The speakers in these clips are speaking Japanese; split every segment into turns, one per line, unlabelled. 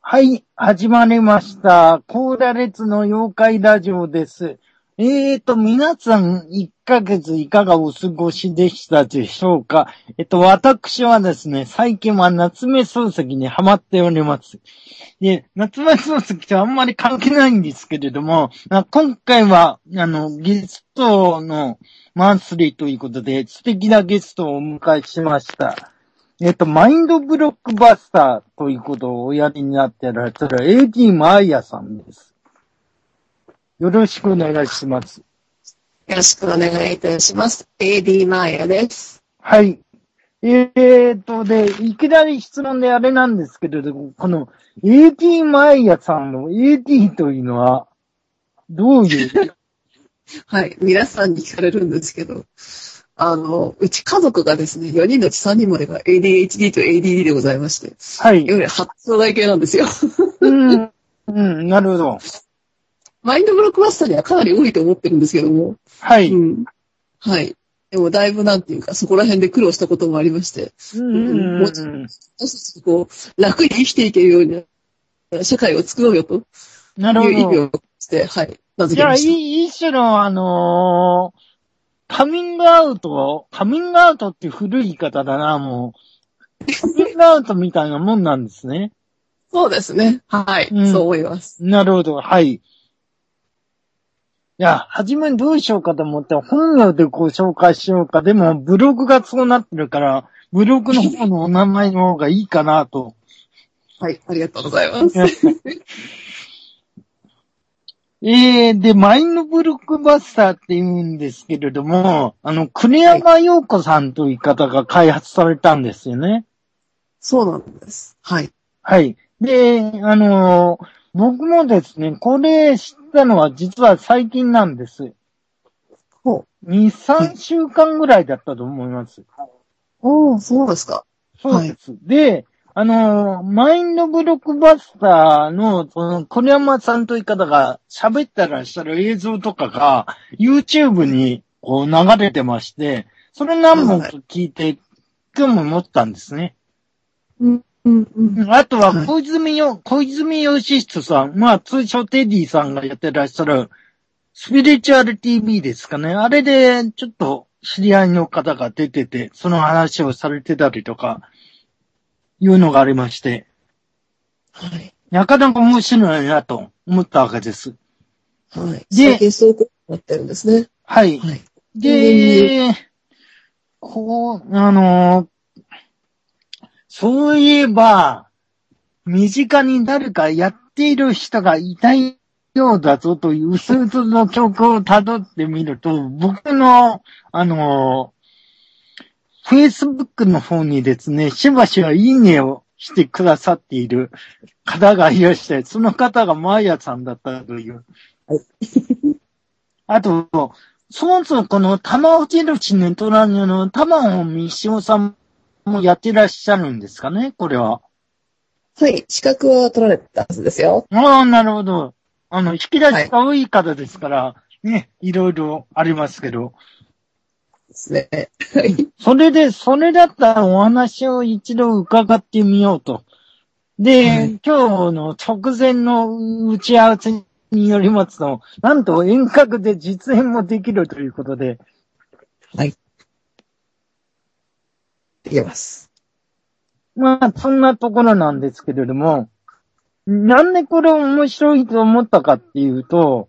はい、始まりました。コーラ列の妖怪ラジオです。えーと、皆さん、1ヶ月いかがお過ごしでしたでしょうかえっと、私はですね、最近は夏目漱石にハマっております。で、夏目漱石とあんまり関係ないんですけれども、あ今回は、あの、ゲストのマンスリーということで、素敵なゲストをお迎えしました。えっと、マインドブロックバスターということをおやりになってらっしゃる AD マーヤさんです。よろしくお願いします。
よろしくお願いいたします。AD マーヤです。
はい。えーっと、で、いきなり質問であれなんですけれども、この AD マーヤさんの AD というのは、どういう、
はい。皆さんに聞かれるんですけど、あの、うち家族がですね、4人のうち3人までが ADHD と ADD でございまして、
はい
い。わゆる発想大系なんですよ。
うん、うん、なるほど。
マインドブロックバスターにはかなり多いと思ってるんですけども、
は
う
い。
ん。はい。でもだいぶなんていうか、そこら辺で苦労したこともありまして、
うん、うん、うん。
私たちこう、楽に生きていけるような社会を作ろうよと
なる
いう意
ほ
味
ど。
をして、はい。名
い
付け
や、
ま
い
した。
い一種の、あのーカミングアウトを、カミングアウトって古い言い方だな、もう。カミングアウトみたいなもんなんですね。
そうですね。はい。
うん
そう思います。
なるほど、はい。いや、はじめどうしようかと思って、本名でご紹介しようか。でも、ブログがそうなってるから、ブログの方のお名前の方がいいかなと。
はい、ありがとうございます。
えー、で、マインドブロックバスターって言うんですけれども、あの、栗山陽子さんという方が開発されたんですよね。
そうなんです。はい。
はい。で、あのー僕もですね、これ知ったのは実は最近なんです。
ほう。
2、3週間ぐらいだったと思います。
おー、そうですか。
そうです。で、あのーマインドブロックバスターの、その、小山さんという方が喋ったらしたら映像とかが、YouTube にこう流れてまして、それ何本か聞いて、興味持ったんですね。
うん、うん、うん。
あとは
はい
小泉よ、小泉よしひとさん、まあ通称テディさんがやってらっしゃる、スピリチュアル TV ですかね。あれで、ちょっと知り合いの方が出てて、その話をされてたりとか、いうのがありまして、
はい。
なかなか面白いなと思ったわけです。
はい。
で
最近そういうことになってるんですね。
はい。
はい。
で、こう、あのーそういえば、身近に誰かやっている人がいないようだぞという、うすうすの曲を辿ってみると、僕の、あのー、Facebook の方にですね、しばしばいいねをしてくださっている方がいらして、その方がマーヤさんだったという
はい。
あと、そもそもこの玉落ちるしネトラニオの玉尾三島さんもやってらっしゃるんですかねこれは。
はい。資格は取られたはずですよ。
ああ、なるほど。あの、引き出しが多い方ですから、ね、いろいろありますけど。
ですね。はい。
それで、それだったらお話を一度伺ってみようと。で、
はい
今日の直前の打ち合わせによりますと、なんと遠隔で実演もできるということで、
いけます。
まあ、そんなところなんですけれども、なんでこれ面白いと思ったかっていうと、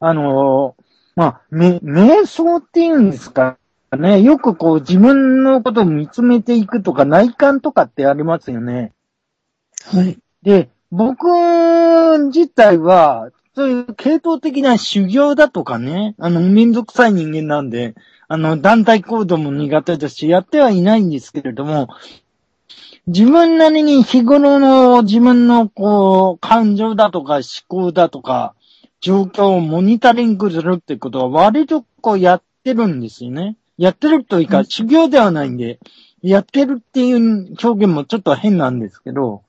あの、まあ、め、瞑想っていうんですかね。よくこう自分のことを見つめていくとか内観とかってありますよね。
はい。
で、僕自体は、そういう系統的な修行だとかね、あの、民族臭い人間なんで、あの、団体行動も苦手だし、やってはいないんですけれども、自分なりに日頃の自分のこう、感情だとか思考だとか、状況をモニタリングするってことは割とこうやってるんですよね。やってるという
う
か、
ん
修行ではないんで、やってるっていう表現もちょっと変なんですけど、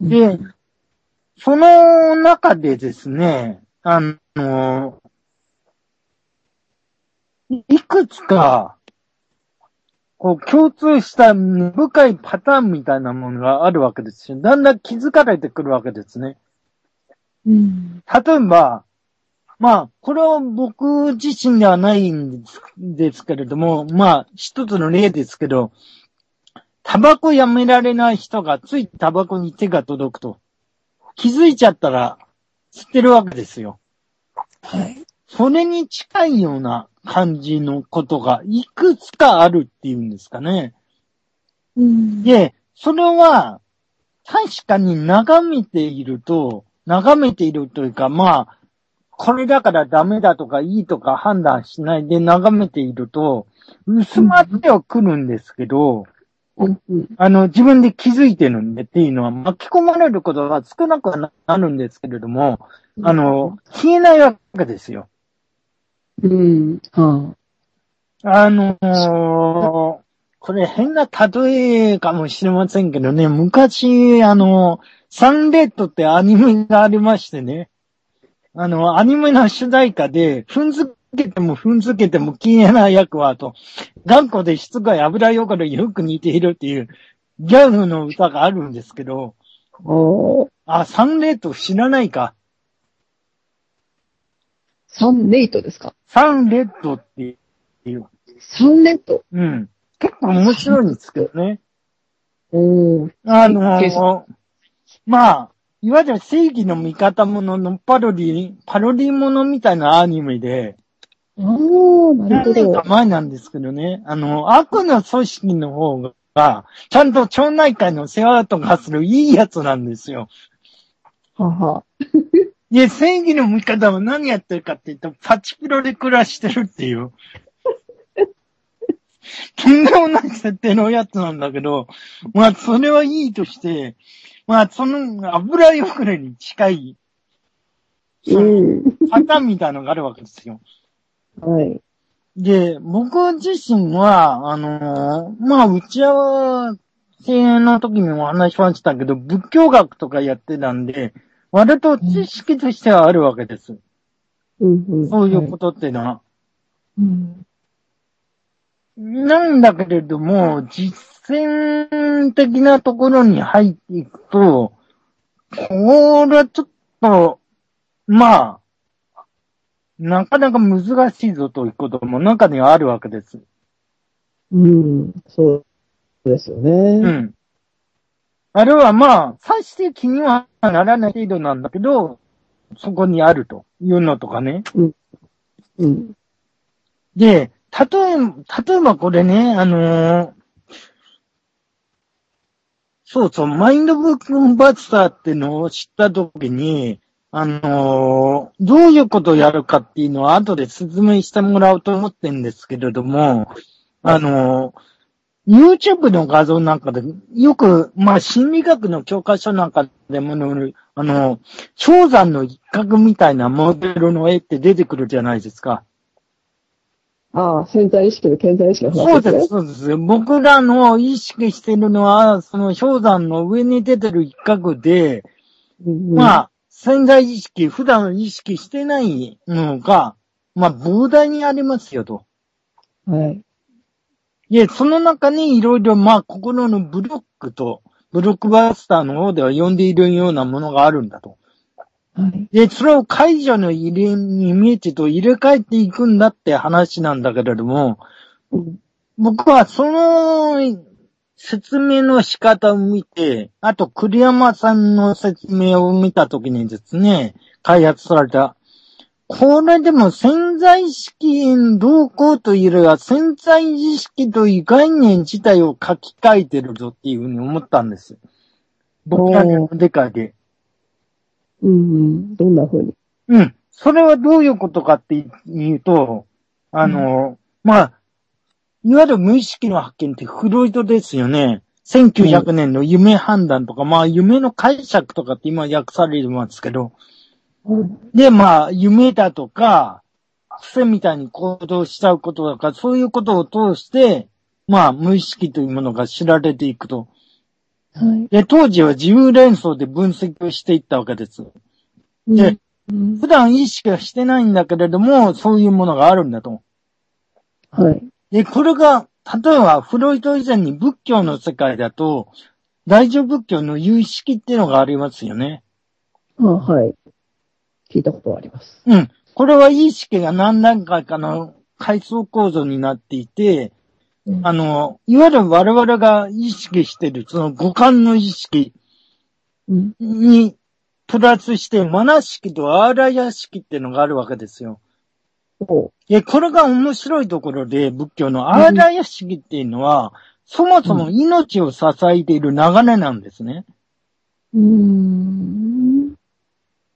で、その中でですね、あの、いくつか、こう、共通した根深いパターンみたいなものがあるわけですよ。だんだん気づかれてくるわけですね。
うん。
例えば、まあ、これは僕自身ではないんですですけれども、まあ、一つの例ですけど、タバコやめられない人がついタバコに手が届くと、気づいちゃったら吸ってるわけですよ。
はい。
それに近いような感じのことがいくつかあるっていうんですかね。
うん
で、それは、確かに眺めていると、眺めているというか、まあ、これだからダメだとかいいとか判断しないで眺めていると、薄まってはくるんですけど、
うんうん
あの、自分で気づいてるんでっていうのは巻き込まれることが少なくはなるんですけれども、あの、消えないわけですよ。
うん。は
あのーこれ変な例えかもしれませんけどね、昔、あのーサンレッドってアニメがありましてね、あの、アニメの主題歌で、踏んづけても踏んづけても消えない役は、と、頑固で質が油汚れよく似ているっていう、ギャグの歌があるんですけど、
あ。おー。
あ、サンレッド知らないか。
サンレイトですか
サンレッドっていう、
サンレット。
うん。結構面白いんですけどね。
おー。
あの
警
ー、まあ、いわゆる正義の味方もののパロディ、パロディものみたいなアニメで、
ああ、な
何
る
年
ほど
か。前なんですけどね、あの、悪の組織の方が、ちゃんと町内会の世話とかするいいやつなんですよ。
はは。
で、正義の味方は何やってるかって言うと、パチプロで暮らしてるっていう。とんでもない設定のやつなんだけど、まあ、それはいいとして、まあ、その油汚れに近い、その
ん。
パターンみたいなのがあるわけですよ。
はい。
で、僕自身は、あのーまあ、打ち合わせの時にも話しましたけど、仏教学とかやってたんで、割と知識としてはあるわけです。
うんうん。
そういうことっていうのは。
うん。
なんだけれども、実践的なところに入っていくと、これはちょっと、まあ、なかなか難しいぞということも中にはあるわけです。
うん。そうですよね。
う。
うん
あれはまあ、さして気にはならない程度なんだけど、そこにあるというのとかね。
うん。
で、例え、例えばこれね、あのーそうそう、マインドブックバスターってのを知ったときに、あのーどういうことをやるかっていうのは後で説明してもらおうと思ってんですけれども、あのー YouTube の画像なんかで、よく、まあ、心理学の教科書なんかでも載る、あのー、氷山の一角みたいなモデルの絵って出てくるじゃないですか。
ああ、潜在意識と潜在意識の
そう
話です
で
ね。
す、そうです。僕らの意識してるのは、その氷山の上に出てる一角で、
うんうん
まあ、潜在意識、普段意識してないのが、まあ、膨大にありますよと。
はい。
で、その中にいろいろ、まあ、心のブロックと、ブロックバスターの方では呼んでいるようなものがあるんだと。
はい。
で、それを解除の入れ、イメージと入れ替えていくんだって話なんだけれども、
うん
僕はその説明の仕方を見て、あと栗山さんの説明を見たときにですね、開発された。これでも潜在意識に同行というよりは潜在意識という概念自体を書き換えてるぞっていうふうに思ったんです。僕らの理解で。
うんうん。どんな風に。
うん。それはどういうことかって言うと、あの、まあ、いわゆる無意識の発見ってフロイトですよね。1900年の夢判断とか、まあ夢の解釈とかって今訳されてますけど。で、まあ夢だとか、癖みたいに行動しちゃうこととか、そういうことを通して、まあ無意識というものが知られていくと。
はい。
で、当時は自由連想で分析をしていったわけです。で
うん
普段意識はしてないんだけれども、そういうものがあるんだと。
はい。
で、これが例えば、フロイト以前に仏教の世界だと、大乗仏教の有意識っていうのがありますよね。
あはい。聞いたことはあります。
うん。これは意識が何段階かの階層構造になっていて、
うん
あの、いわゆる我々が意識してる、その五感の意識
うん。
に、プラスして、マナ式とアーラヤ式っていうのがあるわけですよ。
そ
え、これが面白いところで、仏教のアーラヤ式っていうのは、そもそも命を支えている流れなんですね。
う。うーん。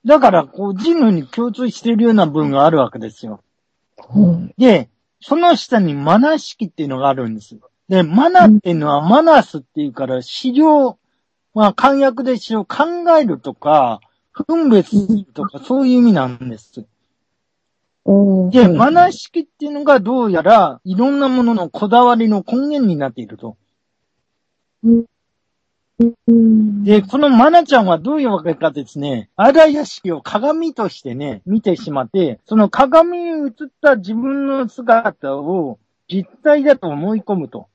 だから、こう、人類に共通しているような部分があるわけですよ。
はい。
で、その下にマナ式っていうのがあるんですよ。で、マナっていうのはマナスっていうから、資料、まあ、簡約で資料考えるとか、分別するとか、そういう意味なんです。
おー
で、マナ式っていうのがどうやら、いろんなもののこだわりの根源になっていると。
うん。
で、このマナちゃんはどういうわけかですね、あら屋敷を鏡としてね、見てしまって、その鏡に映った自分の姿を実体だと思い込むと。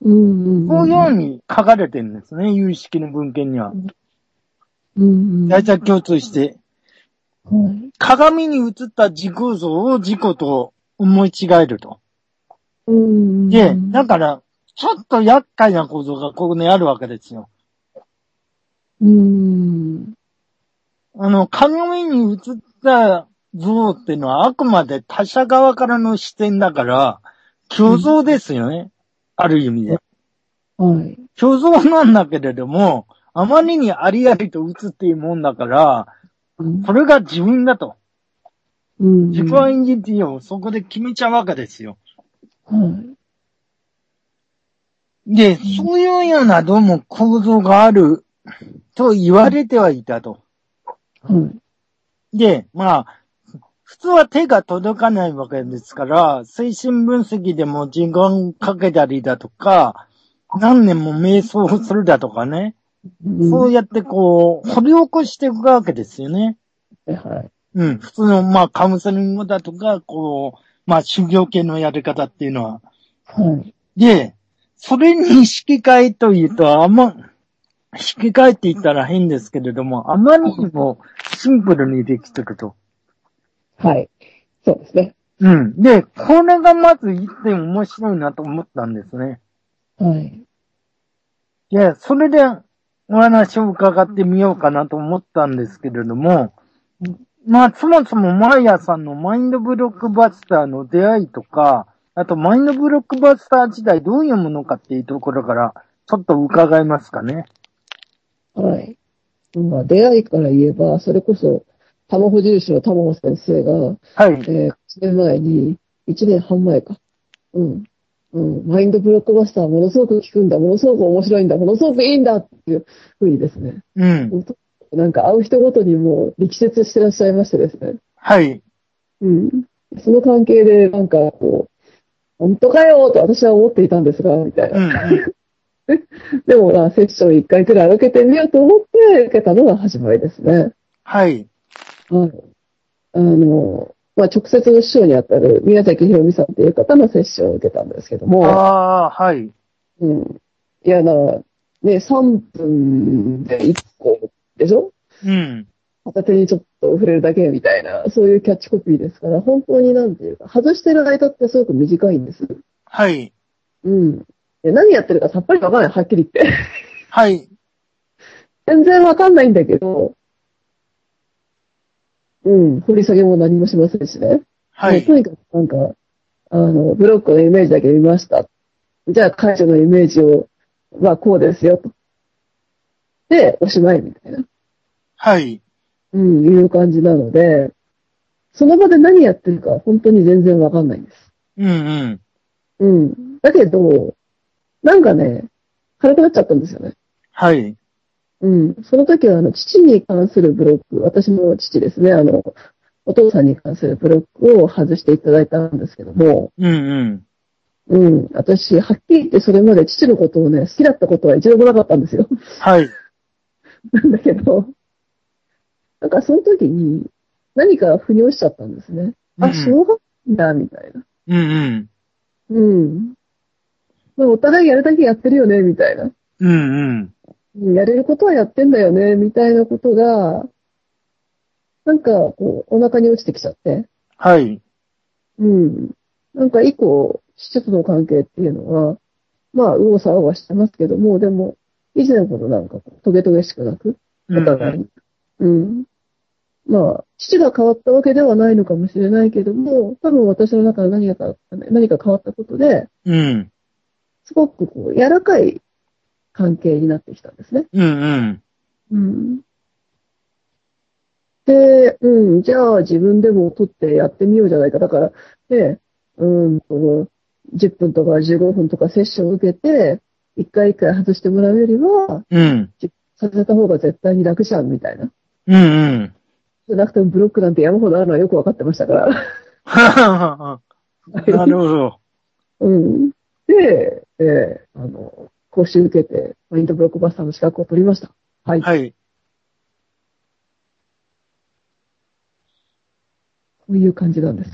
うん。
こういうように書かれてるんですね、有識の文献には。
うん。
大体共通して。
はい。
鏡に映った自己像を自己と思い違えると。
うん。
で、だから、ちょっと厄介な構造がここにあるわけですよ。
うん。
あの、鏡に映った像っていうのはあくまで他者側からの視点だから、虚像ですよね。ある意味で。
はい。
虚像なんだけれども、あまりにありありと映っているもんだから、これが自分だと。
うん。
自己アイデンティティをそこで決めちゃうわけですよ。
はい。
で、そういうようなどうも構造があると言われてはいたと。
はい。
で、まあ、普通は手が届かないわけですから、精神分析でも時間かけたりだとか、何年も瞑想をするだとかね、そうやってこう、掘り起こしていくわけですよね。
うん。はい。
うん、普通のまあカウンセリングだとか、こう、まあ修行系のやり方っていうのは。
はい。
で、それに意識換えというと、あんま、意識換えって言ったら変ですけれども、あまりにもシンプルにできてると。
はい。そうですね。
うん。で、これがまず一点面白いなと思ったんですね。
はい。
で、それでお話を伺ってみようかなと思ったんですけれども、まあ、そもそもマイヤさんのマインドブロックバスターの出会いとか、あとマインドブロックバスター時代どういうものかっていうところから、ちょっと伺いますかね。
はい。まあ、出会いから言えば、それこそ、玉穂印の玉穂先生が、
はい。
えー、1年前に、1年半前か。うん。うん。マインドブロックバスターものすごく効くんだ、ものすごく面白いんだ、ものすごくいいんだっていうふうにですね。
うん。
なんか会う人ごとにもう力説してらっしゃいましてですね。
はい。
うん。その関係で、なんかこう、本当かよと私は思っていたんですが、みたいな。
うん。うん
でもまあ、セッション1回くらい受けてみようと思って受けたのが始まりですね。
はい。
はい。あの、まあ、直接の師匠にあたる宮崎ひろみさんっていう方のセッションを受けたんですけど
あ
も、
あ、はい。
うん。いや、だから、ね、3分で1個でしょ
うん。
片手にちょっと触れるだけみたいな、そういうキャッチコピーですから、本当になんていうか、外してる間ってすごく短いんです。
はい。
うん。で何やってるかさっぱりわかんない、はっきり言って。
はい。
全然わかんないんだけど、うん、掘り下げも何もしませんしね。
は
もうと
い。
にかくなんか、あの、ブロックのイメージだけ見ました。じゃあ解除のイメージを、まあこうですよと。で、おしまいみたいな。
はい。
うん、いう感じなので、その場で何やってるか本当に全然わかんないんです。
うんうん。
うん。だけど、なんかね、軽くなっちゃったんですよね。
はい。
うん。その時は、あの、父に関するブロック、私の父ですね、あの、お父さんに関するブロックを外していただいたんですけども、
うんうん。
うん。私、はっきり言ってそれまで父のことをね、好きだったことは一度もなかったんですよ。
はい。
なんだけど、なんかその時に何か腑に落ちちゃったんですね。
う
あ、
ん
しょうがないんだ、みたいな。
うんうん。
うん。まあ、お互いやるだけやってるよね、みたいな。
うんうん。
うんやれることはやってんだよね、みたいなことが、なんか、こう、お腹に落ちてきちゃって。
はい。
うん。なんか以降、施設の関係っていうのは、まあ、うおさうわしてますけども、でも、以前ほどなんかこう、トゲトゲしくなく、
う
お互い
ん
に。うん。まあ、父が変わったわけではないのかもしれないけども、多分私の中で何か何か変わったことで、
うん。
すごくこう、柔らかい関係になってきたんですね。
うんうん。
うんで、うん、じゃあ自分でも撮ってやってみようじゃないか。だから、ね、うんと、10分とか15分とかセッションを受けて、一回一回外してもらうよりは、
うん。
させた方が絶対に楽じゃん、みたいな。
うん うん。
じゃなくてもブロックなんて山ほどあるのはよくわかってましたから。
ははははなるほど。
うん。で、えーあの、講習受けて、マインドブロックバスターの資格を取りました。はい。
はい。
こういう感じなんです。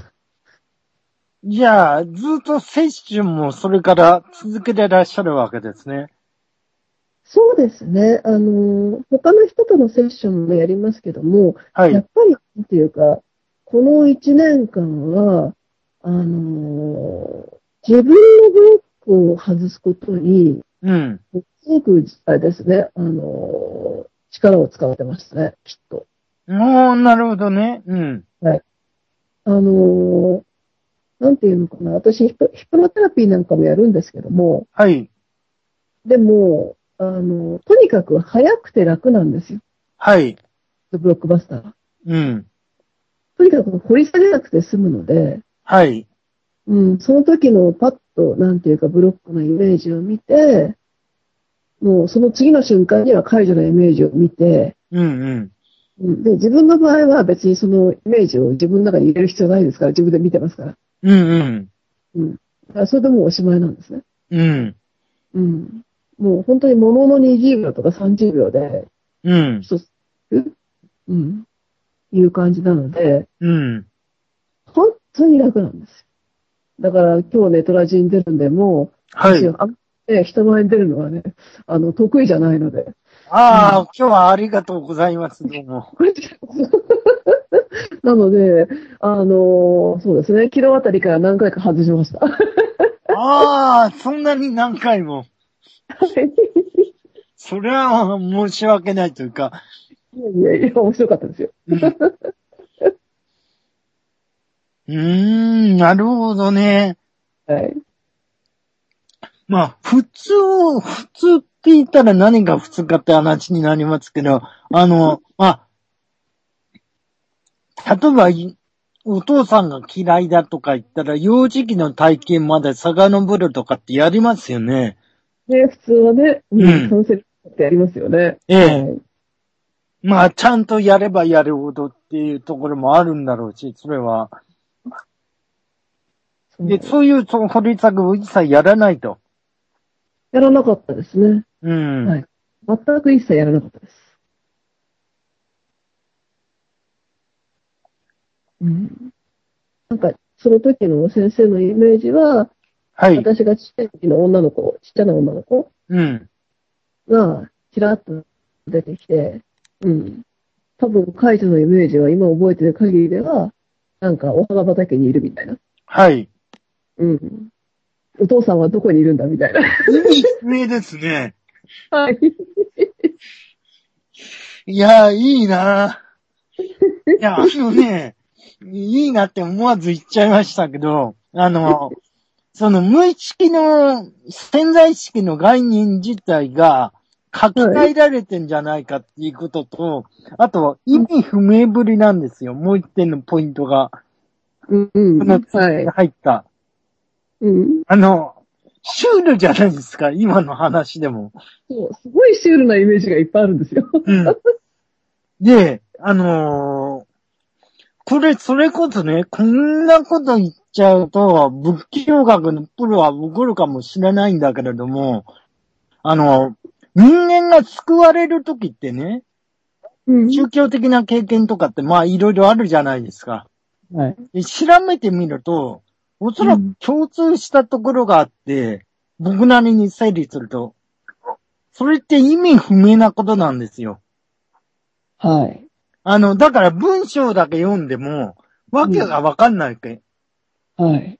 じゃあ、ずっとセッションもそれから続けてらっしゃるわけですね。
そうですね。あの、他の人とのセッションもやりますけども、
は
やっ
い。
ぱり、なんていうか、この1年間は、あの、自分のブロックを外すことに、
うん。
すごく、あれですね、あの、力を使ってましたね、きっと。
もう、なるほどね。うん。
あの、なんていうのかな、私ヒプ、ヒプノテラピーなんかもやるんですけども、
はい。
でも、あの、とにかく早くて楽なんですよ、
はい。
ブロックバスターは。
うん。
とにかく掘り下げなくて済むので、
はい。
うん、その時のパッと、なんていうか、ブロックのイメージを見て、もうその次の瞬間には解除のイメージを見て、
うんうん。
うん、で、自分の場合は別にそのイメージを自分の中に入れる必要ないですから、自分で見てますから。
うん
だからそれでもうおしまいなんですね。
うん。うん。
うん。もう本当にものの20秒とか30秒で、
うん。
一つ、うん、いう感じなので、
うん。
本当に楽なんですよ。だから今日ネトラジに出るんで、もう、
は
です
い
よ。。あね、人前に出るのはね、あの、得意じゃないので。
ああ、今日はありがとうございます。どうも。
なので、あのそうですね、キロあたりから何回か外しました。 はい
ああ、そんなに何回も。それは申し訳ないというか。
いやいや、面白かったですよ。
うんうーん、なるほどね。
はい。
まあ、普通を、普通って言ったら何が普通かって話になりますけど、あの、まあ、例えばい、お父さんが嫌いだとか言ったら、幼児期の体験まで遡るとかってやりますよね。
ね、普通はね、
うん
カウンセリングってやりますよね。
ええ
はい
まあ、ちゃんとやればやるほどっていうところもあるんだろうし、それは。
そう
で、そういう、その掘り下げを一切やらないと。
やらなかったですね。
うん。
はい全く一切やらなかったです。うん。なんか、その時の先生のイメージは、
はい。
私がちっちゃい時の女の子、ちっちゃな女の子
うん。
が、ちらっと出てきて、うん。多分、カイジのイメージは今覚えてる限りでは、なんか、お花畑にいるみたいな。
はい。
うん。お父さんはどこにいるんだみたいな。
いい名ですね。
はい。
いやー、いいなーいや、あのね、いいなって思わず言っちゃいましたけど、あの、その無意識の潜在意識の概念自体が書き換えられてんじゃないかっていうことと、あと意味不明ぶりなんですよ。もう一点のポイントが
うん、うん。はい。
入った。
うん。
あの、シュールじゃないですか、今の話でも。
そう、すごいシュールなイメージがいっぱいあるんですよ。
うんで、あのーこれ、それこそね、こんなこと言っちゃうと、仏教学のプロは怒るかもしれないんだけれども、あの、人間が救われるときってね、
うん
宗教的な経験とかって、まあ、いろいろあるじゃないですか。
はい。
で調べてみると、おそら
うん
く共通したところがあって、僕なりに整理すると、それって意味不明なことなんですよ。
はい。
あの、だから文章だけ読んでも、わけがわかんないわけ。
はい。
例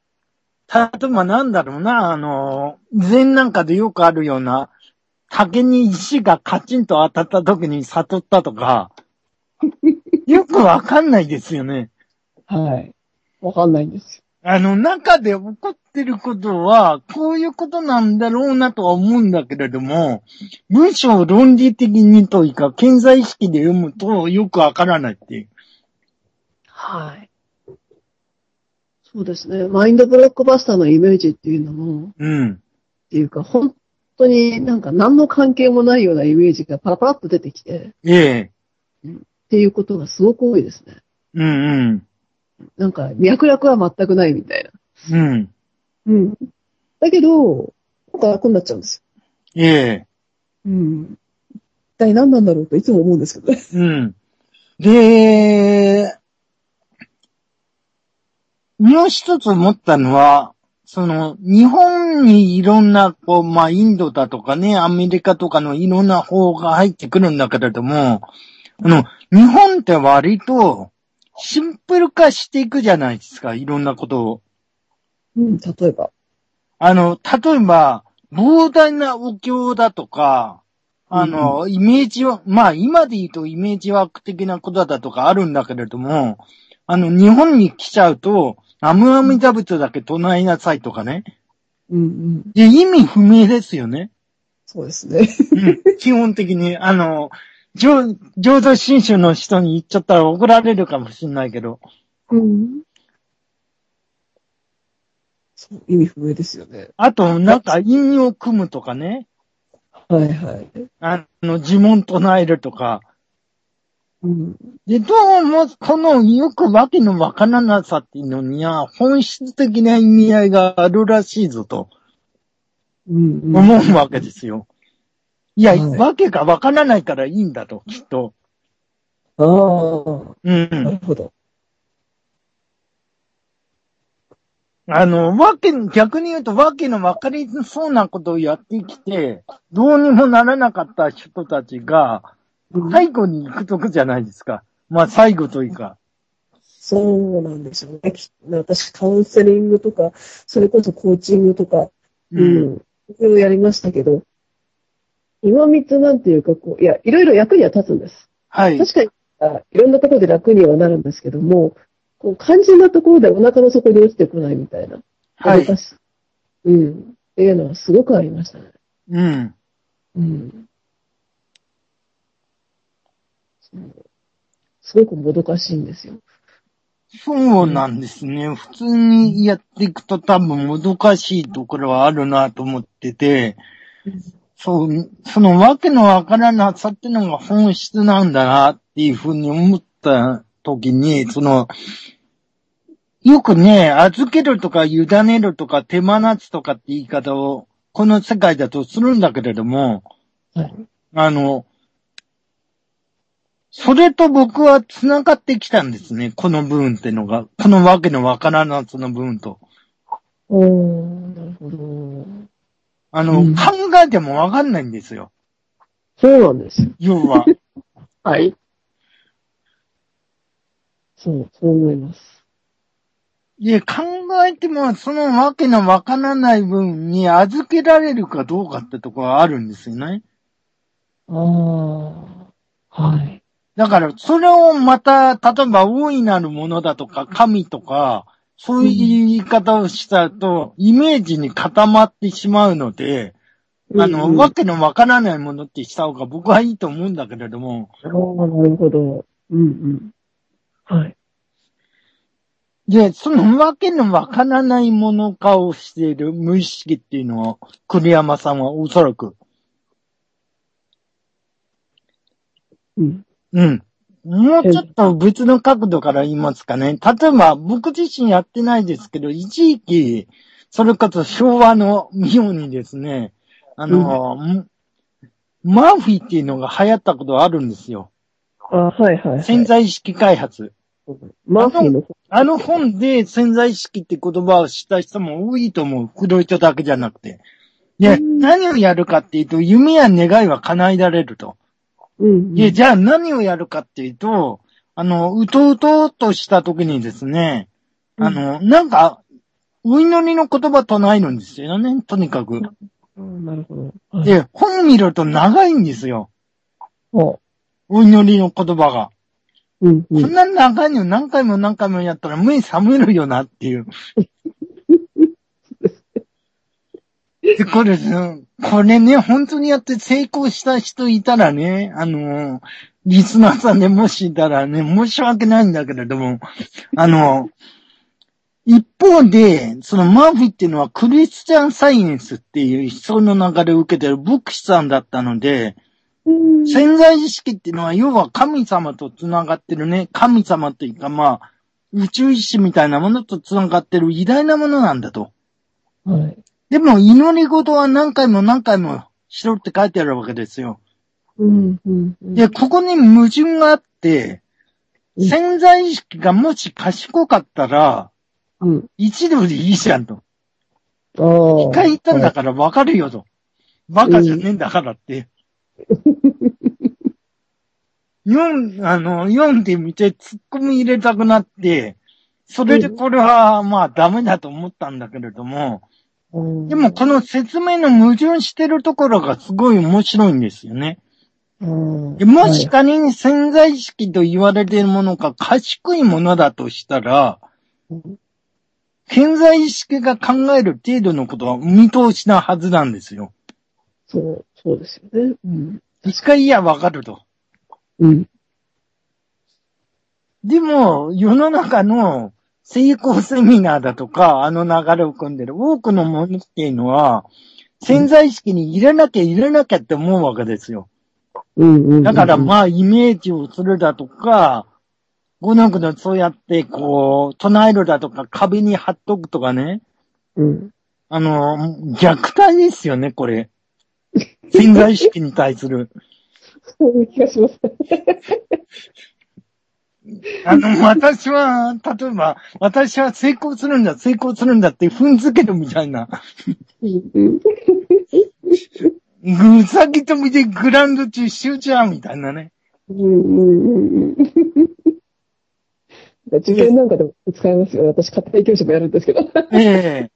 えばなんだろうな、あの、禅なんかでよくあるような、竹に石がカチンと当たった時に悟った とか、よくわかんないですよね。
はい。わかんないんですよ。
あの、中で起こってることは、こういうことなんだろうなとは思うんだけれども、文章を論理的にというか、健在意識で読むとよくわからないっていう。
はい。
そうですね。マインドブロックバスターのイメージっていうのも、っ
うん。
ていうか、本当になんか何の関係もないようなイメージがパラパラっと出てきて、っ
ええ。
ていうことがすごく多いですね。
うん
なんか脈絡は全くないみたいな。
うん。うん。
うん。だけど、なんか楽になっちゃうんです
ええ。
よ。うん。一体何なんだろうといつも思うんですけどね。
うん。で、もう一つ思ったのは、その、日本にいろんな、こう、まあ、インドだとかね、アメリカとかのいろんな法が入ってくるんだけれども、あの、日本って割と、シンプル化していくじゃないですか、いろんなことを。
うん、例えば。
あの、例えば、膨大なお経だとか、あの、イメージは、まあ今で言うとイメージワーク的なことだとかあるんだけれども、あの、日本に来ちゃうと、アムアミダ仏だけ唱えなさいとかね。
うんうん。
で、意味不明ですよね。
そうですね。
うん 基本的に、あの、浄浄土真宗の人に言っちゃったら怒られるかもしれないけど。
うん。そう、意味不明ですよね。
あと、なんか、陰を組むとかね。
はいはい。
あの、呪文唱えるとか。
うん。
で、どうも、このよくわけのわからなさっていうのには、本質的な意味合いがあるらしいぞと
うん、うん。
思うわけですよ。いや、
はい
わけがわからないからいいんだと、きっと。
あ
う。
あ、なんるほど。
あの、わけ、逆に言うと、わけのわかりそうなことをやってきて、どうにもならなかった人たちが、
い。
最後に行くとこじゃないですか。まあ、最後というか。
そうなんですよね。き私、カウンセリングとか、それこそコーチングとか、うん。いろいろやりましたけど、今三つなんていうか、こう、いや、いろいろ役には立つんです。
はい。
確かに、あいろんなところで楽にはなるんですけども、こう、肝心なところでお腹の底に落ちてこないみたいな。
は
脅
い
か。すうん。っていうのはすごくありましたね。
うん。
うん。そうすごくもどかしいんですよ。
そうなんですね。普通にやっていくと多分もどかしいところはあるなと思ってて
うん、
そう、そのわけのわからなさってのが本質なんだなっていうふうに思った時に、その、よくね、預けるとか委ねるとか手放すとかって言い方をこの世界だとするんだけれども、
はい。
あの、それと僕は繋がってきたんですね。この部分ってのが。このわけのわからなその部分と。
おー、なるほど。
あの、
うん
考えてもわかんないんですよ。
そうなんですよ。
要 は。
はい。そう、そう思います。
いや、考えてもそのわけのわからない部分に預けられるかどうかってとこはあるんですよね。
あー、はい。
だから、それをまた、例えば大いなるものだとか、神とか、そういう言い方をしたと、イメージに固まってしまうので、あ
うんう
の、
ん
わけのわからないものってした方が僕はいいと思うんだけれども、
あーなるほど。うんうん。はい。
で、そのわけのわからないもの化をしている無意識っていうのを、栗山さんはおそらく、
うん。
うん。もうちょっと別の角度から言いますかね。例えば、僕自身やってないですけど、一時期、それこそ昭和の妙にですね、あの、マーフィーっていうのが流行ったことあるんですよ。
あーはいはい、はい。
潜在意識開発。
マーフィーの方
あの本で潜在意識って言葉を知った人も多いと思う。黒人だけじゃなくて。で、何をやるかっていうと、夢や願いは叶えられると。
うん。
で、じゃあ何をやるかっていうと、あの、うとうとうとした時にですね、あの、なんか、お祈りの言葉唱えるんですよね、とにかく。
うんなるほど。はい
で、本見ると長いんですよ。
あ
お祈りの言葉が。
うん、
こ
うん。
んな長いの何回も何回もやったら目覚めるよなっていう。で、これ、うんこれね、本当にやって成功した人いたらね、あのーリスナーさんでもしいたらね、申し訳ないんだけれども、あのー一方で、そのマーフィーっていうのはクリスチャンサイエンスっていう思想の流れを受けてる牧師さんだったので、
うん
潜在意識っていうのは、要は神様と繋がってるね。神様というか、まあ、宇宙意志みたいなものと繋がってる偉大なものなんだと。
はい。
でも、祈り事は何回も何回もしろって書いてあるわけですよ。
うん、うん。うん
で、ここに矛盾があって、
うん
潜在意識がもし賢かったら、
うん。
一度でいいじゃんと。
ああ。
一回言ったんだからわかるよと。バカじゃねえんだからって。読ん、あの、読んでみて突っ込み入れたくなって、それでこれはまあダメだと思ったんだけれども、
はい
でも、この説明の矛盾してるところがすごい面白いんですよね。でもし
か、
仮に潜在意識と言われているものが賢いものだとしたら
うん、
潜在意識が考える程度のことは見通しなはずなんですよ。
そう、そうですよね。うん。
一回いやわかると。
うん。
でも、世の中の成功セミナーだとか、あの流れを組んでる多くのものっていうのは、潜在意識に入れなきゃ入れなきゃって思うわけですよ。
うんうんうん。
だからまあ、イメージをするだとか、ごのくのそうやってこう、唱えるだとか、壁に貼っとくとかね。
うん。
あの、虐待ですよね、これ。 潜在意識に対する。
そういう気がします。
あの、私は、例えば、私は成功するんだ、成功するんだって踏んづけるみたいな。
うん。
ぐさぎ飛びでグラウンド中集中みたいなね。
うんうんうんうん。受験なんかでも使えますよ。私、家庭教師もやるんですけど。
え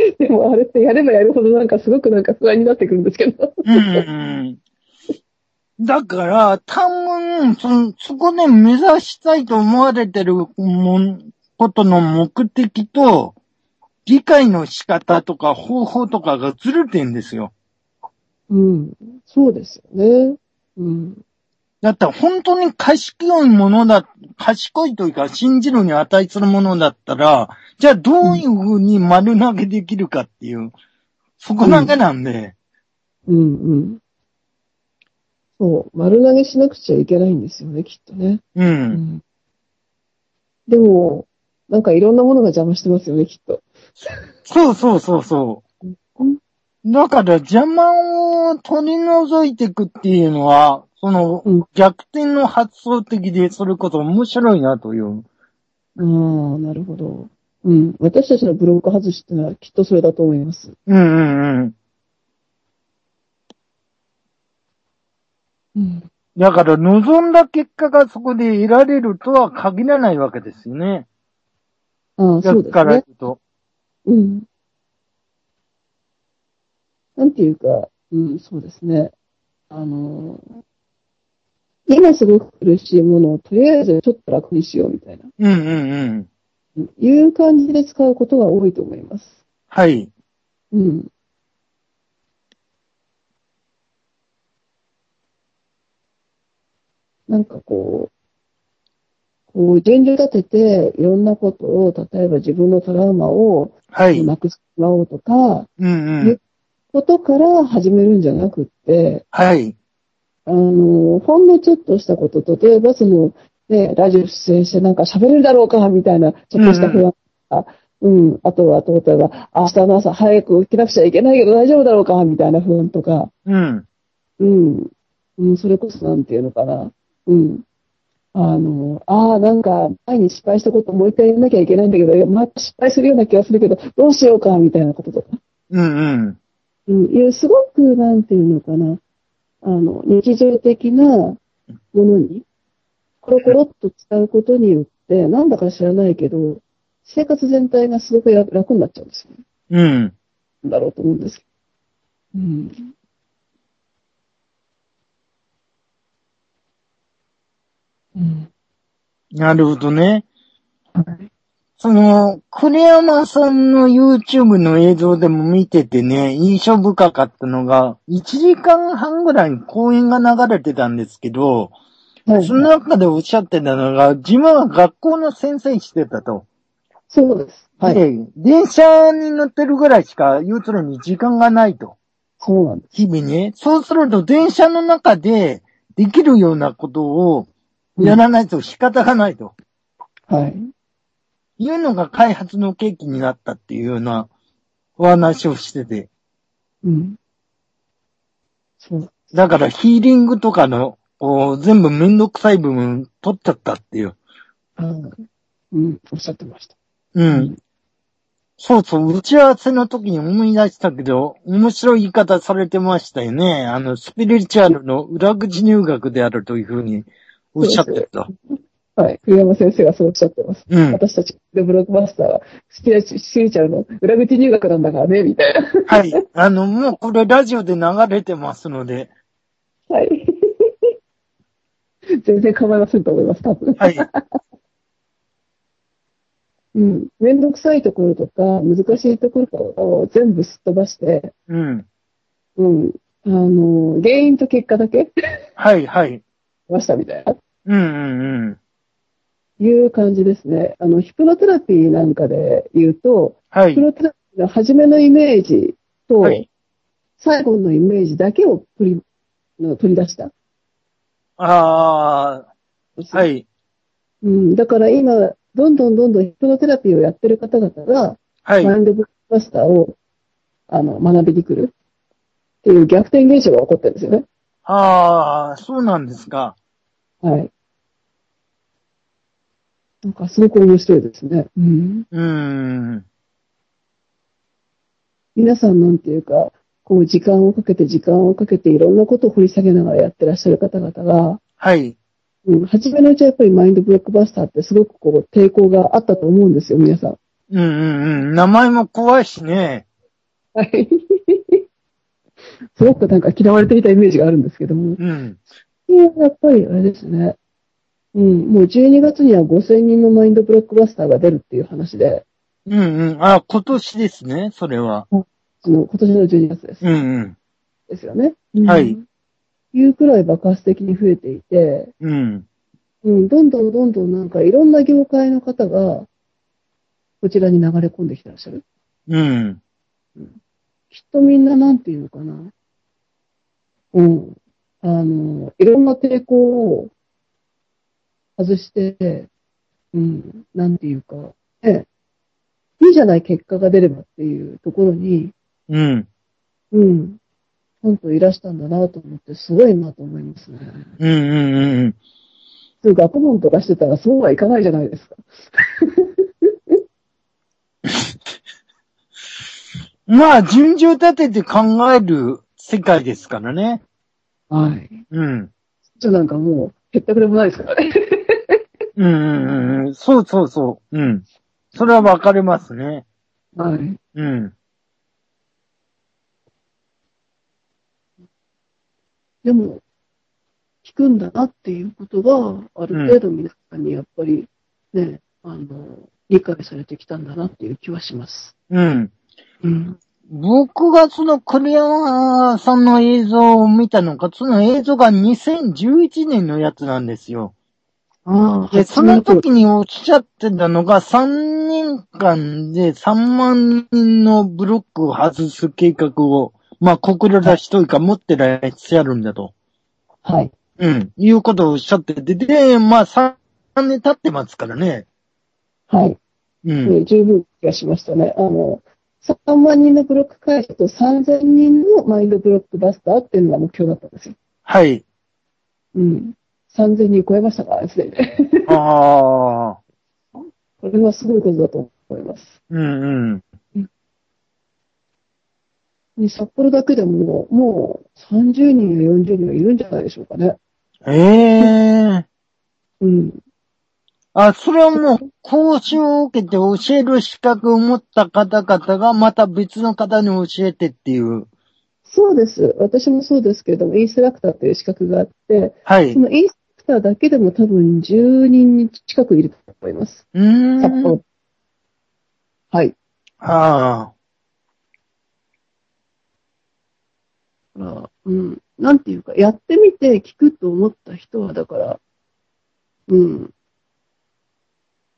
え
でも、あれってやればやるほどなんかすごくなんか不安になってくるんですけど。
うんうん。だから、多分、その、そこで目指したいと思われてるもん、ことの目的と、理解の仕方とか方法とかがずれてんですよ。
うん。そうですよね。うん。
だって本当に賢いものだ、賢いというか信じるに値するものだったら、じゃあどういうふうに丸投げできるかっていう、そこだけなんで、
うんうん。そう。丸投げしなくちゃいけないんですよね、きっとね。
う。
うんん。でも、なんかいろんなものが邪魔してますよね、きっと。
そうそうそうそう。だから邪魔を取り除いていくっていうのは、その
うん、
逆転の発想的で、それこそ面白いなという。
ああ、なるほど。うん。私たちのブロック外しってのはきっとそれだと思います。
うんうんうん。
うん。
だから望んだ結果がそこで得られるとは限らないわけですよね。
ああ、そ
逆
うで
から
す
言
ね。
うと。
うん。なんていうか、うん、そうですね。あのー今すごく苦しいものをとりあえずちょっと楽にしようみたいな、
うんうんうん。
うんいう感じで使うことが多いと思います。
はい。
うん。なんかこう、こう順序立てて、いろんなことを、例えば自分のトラウマを
はい。
なくしてもらおうとか、
うんうん。
ことから始めるんじゃなくって、
はい。
あの、ほんのちょっとしたこと、例えばその、ね、ラジオ出演してなんか喋れるだろうか、みたいな、ちょっとした不安とか、うん、あとは、例えば、明日の朝早く起きなくちゃいけないけど大丈夫だろうか、みたいな不安とか、
うん。
うん、うん、それこそなんていうのかな、うん。ああの、ああ、なんか、前に失敗したこともう一回やんなきゃいけないんだけど、いやまた失敗するような気がするけど、どうしようか、みたいなこととか。
うんうん。
うん、いや、すごく、なんていうのかな。あの、日常的なものに、コロコロっと使うことによって、なんだか知らないけど、生活全体がすごく楽楽になっちゃうんですよ。
うん。
なんだろうと思うんですけど。うん。うん。
なるほどね。その、栗山さんの YouTube の映像でも見ててね、印象深かったのが、1時間半ぐらいに公演が流れてたんですけど、
はい。
その中でおっしゃってたのが、自分は学校の先生してたと。
そうです。はい。
で、電車に乗ってるぐらいしか、要するに時間がないと。
そうなんです。
日々ね。そうすると、電車の中でできるようなことをやらないと仕方がないと。
はい。
いうのが開発の契機になったっていうようなお話をしてて。
うん。そう。
だからヒーリングとかの、こう、全部めんどくさい部分取っちゃったっていう。
うん。おっしゃってました。
うん。そうそう、打ち合わせの時に思い出したけど、面白い言い方されてましたよね。あの、スピリチュアルの裏口入学であるというふうにおっしゃってた。
はい。栗山先生がそうおっしゃってます。
うん。
私たちでブロックバスターは、スピリチュアルの裏口入学なんだからね、みたいな。
はい。あの、もうこれラジオで流れてますので、
はい。 全然構いませんと思います、多分。
はい。
うん。めんどくさいところとか、難しいところを全部すっ飛ばして、
うん。
うん。あの、原因と結果だけ
はい、はい。
ましたみたいな、
うん、うん、うん。
いう感じですね。あの、ヒプノテラピーなんかで言うと、
は
ヒプ
い。
ノテラピーの初めのイメージと、
はい
最後のイメージだけを取り、の取り出した。
ああ、は。い。
うん。だから今、どんどんどんどんヒプノテラピーをやってる方々が、
はい。
マインドブックバスターを、あの、学びに来るっていう逆転現象が起こってるんですよね。
ああ、そうなんですか。
はい。なんかすごく面白いですね。うん。
うーん。
皆さんなんていうか、こう時間をかけて時間をかけていろんなことを掘り下げながらやってらっしゃる方々が、
はい。
うん、初めのうちはやっぱりマインドブロックバスターってすごくこう抵抗があったと思うんですよ、皆さん。
うんうんうん。名前も怖いしね。
はい。すごくなんか嫌われていたイメージがあるんですけども。
うん。
いや、やっぱりあれですね。うん、もう12月には5000人のマインドブロックバスターが出るっていう話で、
うんうん。あ、今年ですね、それは。
その今年の12月です。
うん
ですよね。
はい
うん。いうくらい爆発的に増えていて、
うん。うん。
うん、どんどんどんどんなんかいろんな業界の方が、こちらに流れ込んできてらっしゃる。
うん。
きっとみんななんていうのかな。うん。あの、いろんな抵抗を外して、うん、なんていうか、ね、いいじゃない結果が出ればっていうところに、
うん。
うん、ちゃんといらしたんだなと思って、すごいなと思いますね。
うんうんうん。
普通学問とかしてたらそうはいかないじゃないですか。
まあ、順序立てて考える世界ですからね。
はい。
うん。
じゃなんかもう、へったくれもないですからね。
うんうんうんうん。そうそうそう。うん。それは分かれますね。
はい。
うん。
でも、聞くんだなっていうことが、ある程度皆さんにやっぱりね、あの、理解されてきたんだなっていう気はします。
うん。
うん。
僕がその栗山さんの映像を見たのか、その映像が2011年のやつなんですよ。
ああ、
で、その
と
時におっしゃってたのが、3年間で3万人のブロックを外す計画を、まあ、国領しというか持ってらっしゃるんだと。
はい。
うん。いうことをおっしゃってて、で、まあ、3年経ってますからね。
はい。
う
え
ん。
ー十分気がしましたね。あの、3万人のブロック解除と3000人のマインドブロックバスターっていうのが目標だったんですよ。
はい。
うん。 3000人超えましたからですね。
ああ、
これはすごいことだと思います。
うんうん。
ね札幌だけでも、もう30人や40人はいるんじゃないでしょうかね。
ええ
うん。
あ、それはもう、講習を受けて教える資格を持った方々が、また別の方に教えてっていう。
そうです。私もそうですけれども、インストラクターという資格があって、
はい。
そのインストラクターだけでも多分10人近くいると思います。
うーん。
ん、はい。
ああ。
まあうん、なんていうか、やってみて聞くと思った人は、だから、うん。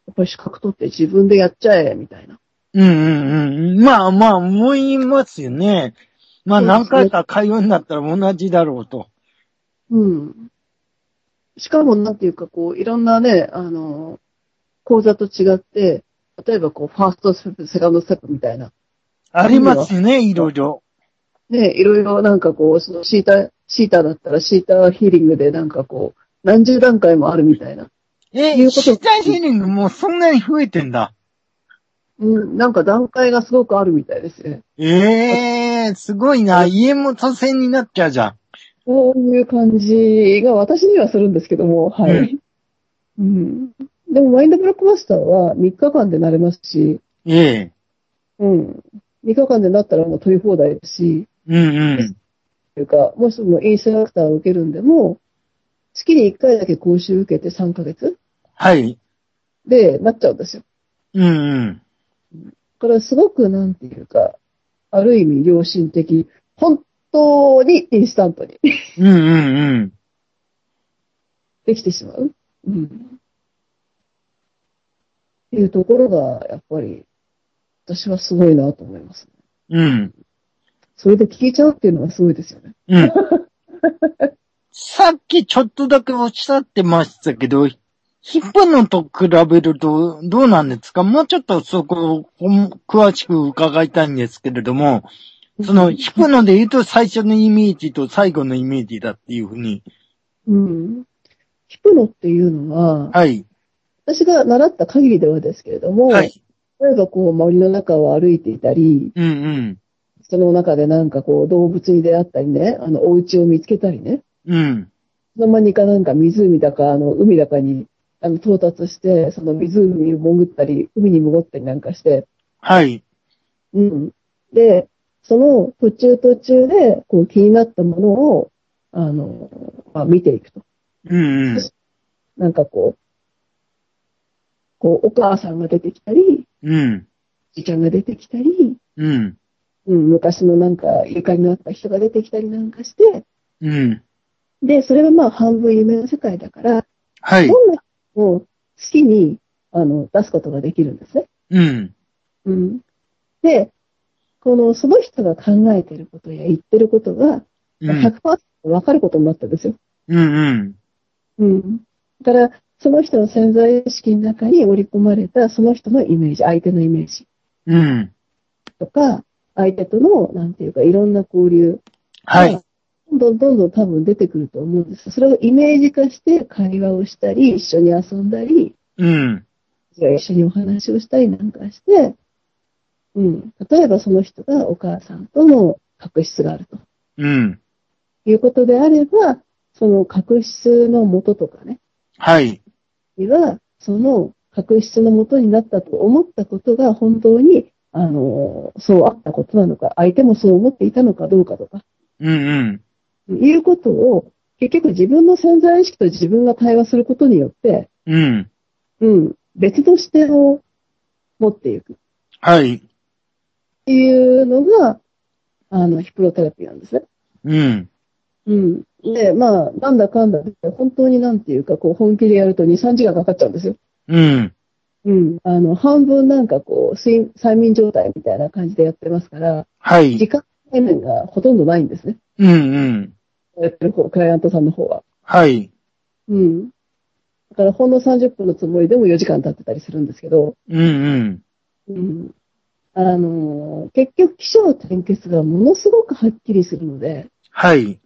やっぱり資格取って自分でやっちゃえ、みたいな。
うんうんうん。まあまあ、思いますよね。まあ
そうですね
何回か通うんだったら同じだろうと。
うん。しかも、なんていうか、こう、いろんなね、あの、講座と違って、例えば、こう、ファーストステップ、セカンドステップみたいな。
ありますよね、いろいろ。
ね、いろいろなんかこう、そのシータ、シータだったらシータヒーリングでなんかこう、何十段階もあるみたいな。
え
い、うこと
死体ヒーリングもうそんなに増えてんだ。
うん、なんか段階がすごくあるみたいですね。
ええすごいな。家元戦になっちゃうじゃん。
こういう感じが私にはするんですけども、は
う
い。うん。でも、マインドブロックマスターは3日間で慣れますし、
ええ
うん。3日間でなったらもう取り放題ですし、
うんうん。
というか、もしもインストラクターを受けるんでも、月に1回だけ講習受けて3ヶ月
はい。
でなっちゃうんですよ。
うんうん。
だからすごくなんていうか、ある意味良心的、本当にインスタントに
うんうんうん。
できてしまう。うん。っていうところが、やっぱり、私はすごいなと思います。
うん。
それで聞いちゃうっていうのがすごいですよね。
うん。さっきちょっとだけおっしゃってましたけど、ヒップのと比べるとどうなんですかもうちょっとそこを詳しく伺いたいんですけれども、そのヒップので言うと最初のイメージと最後のイメージだっていうふうに。
うん。ヒプノっていうのは、
はい。
私が習った限りではですけれども、
はい。
例えばこう森の中を歩いていたり、
うん
その中でなんかこう動物に出会ったりね、あのお家を見つけたりね、
うん。うん。
その間にかなんか湖だか、あの海だかにあの到達して、その湖に潜ったり、海に潜ったりなんかして、
はい。
うん。で、その途中途中でこう気になったものを、あの、まあ、見ていくと。
うんうん。
なんかこう、こうお母さんが出てきたり、
うん。
じいちゃんが出てきたり、
うん。
うん、昔のなんか、ゆかりのあった人が出てきたりなんかして、
うん。
で、それがまあ半分夢の世界だから、
はい。
どんな人も好きに、あの、出すことができるんですね。
うん。
うん。で、この、その人が考えてることや言ってることが、
うん。
100%分かることになったんですよ。
うんうん。
うん。だから、その人の潜在意識の中に織り込まれた、その人のイメージ、相手のイメージ
うん。
とか、相手との、なんていうか、いろんな交流
はい。。
どんどんどんどん多分出てくると思うんです。それをイメージ化して会話をしたり、一緒に遊んだり、
うん。
一緒にお話をしたりなんかして、うん。例えばその人がお母さんとの確執があると
うん。
いうことであれば、その確執の元とかね、
はい。
には、その確執の元になったと思ったことが本当に、あの、そうあったことなのか、相手もそう思っていたのかどうかとか、
うんうん。
いうことを、結局自分の潜在意識と自分が対話することによって、
うん。
うん、別の視点を持っていくっ
はい。
ていうのが、あの、ヒプロテラピーなんですね。
うん。
うん。で、まあ、なんだかんだで、本当になんていうか、こう、本気でやると2、3時間かかっちゃうんですよ。
うん。
うん。あの、半分なんかこう、睡催眠状態みたいな感じでやってますから、
はい。
時間概念がほとんどないんですね。
うんうん。
やってる方、クライアントさんの方は。
はい。
うん。だからほんの30分のつもりでも4時間経ってたりするんですけど、
うんうん。
うん。あのー結局、気象転結がものすごくはっきりするので、
はい。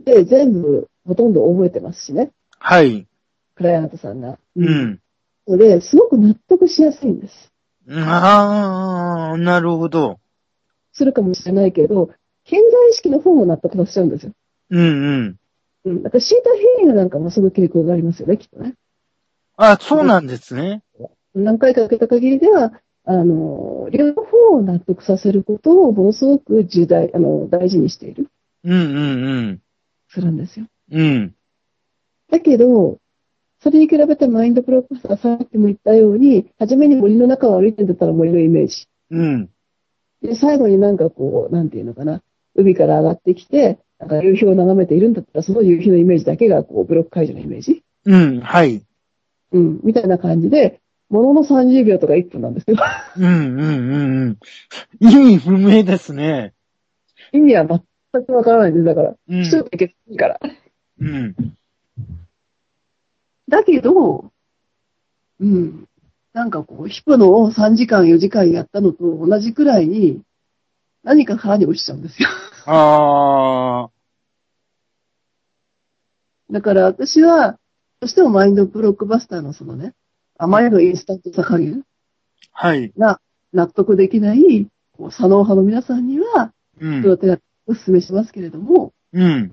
で、全部、ほとんど覚えてますしね。
はい。
クライアントさんが。
うん。
ので、すごく納得しやすいんです。
ああ、なるほど。
するかもしれないけど、潜在意識の方も納得させちゃうんですよ。
うんうん。
うん。だからシータ変異がなんかもすぐ傾向がありますよね、きっとね。
あ、そうなんですね。
何回か受けた限りでは、あの、両方を納得させることをものすごく重大、あの、大事にしている、
うんうん
するんですよ。
うん。うん。
だけど、それに比べてマインドプロセスはさっきも言ったように、初めに森の中を歩いてんだったら森のイメージ。
うん。
で、最後になんかこう、なんていうのかな、海から上がってきて、なんか夕日を眺めているんだったら、その夕日のイメージだけがこう、ブロック解除のイメージ
うん。はい。
うん、みたいな感じで、ものの30秒とか1分なんですよ。
うんうんうんうん。意味不明ですね。
意味は全くわからないんです、だから。
うん。
一人で行けから。
うん。
だけど、うん。なんかこう、ヒプノを3時間、4時間やったのと同じくらいに、何か腹に落ちちゃうんですよ。
ああ。
だから私は、どうしてもマインドブロックバスターのそのね、あまりのインスタントさ加減、
はい。
納得できない、こう、左脳派の皆さんには、
う
プロ
ん。
テラピーをお勧めしますけれども、
うん。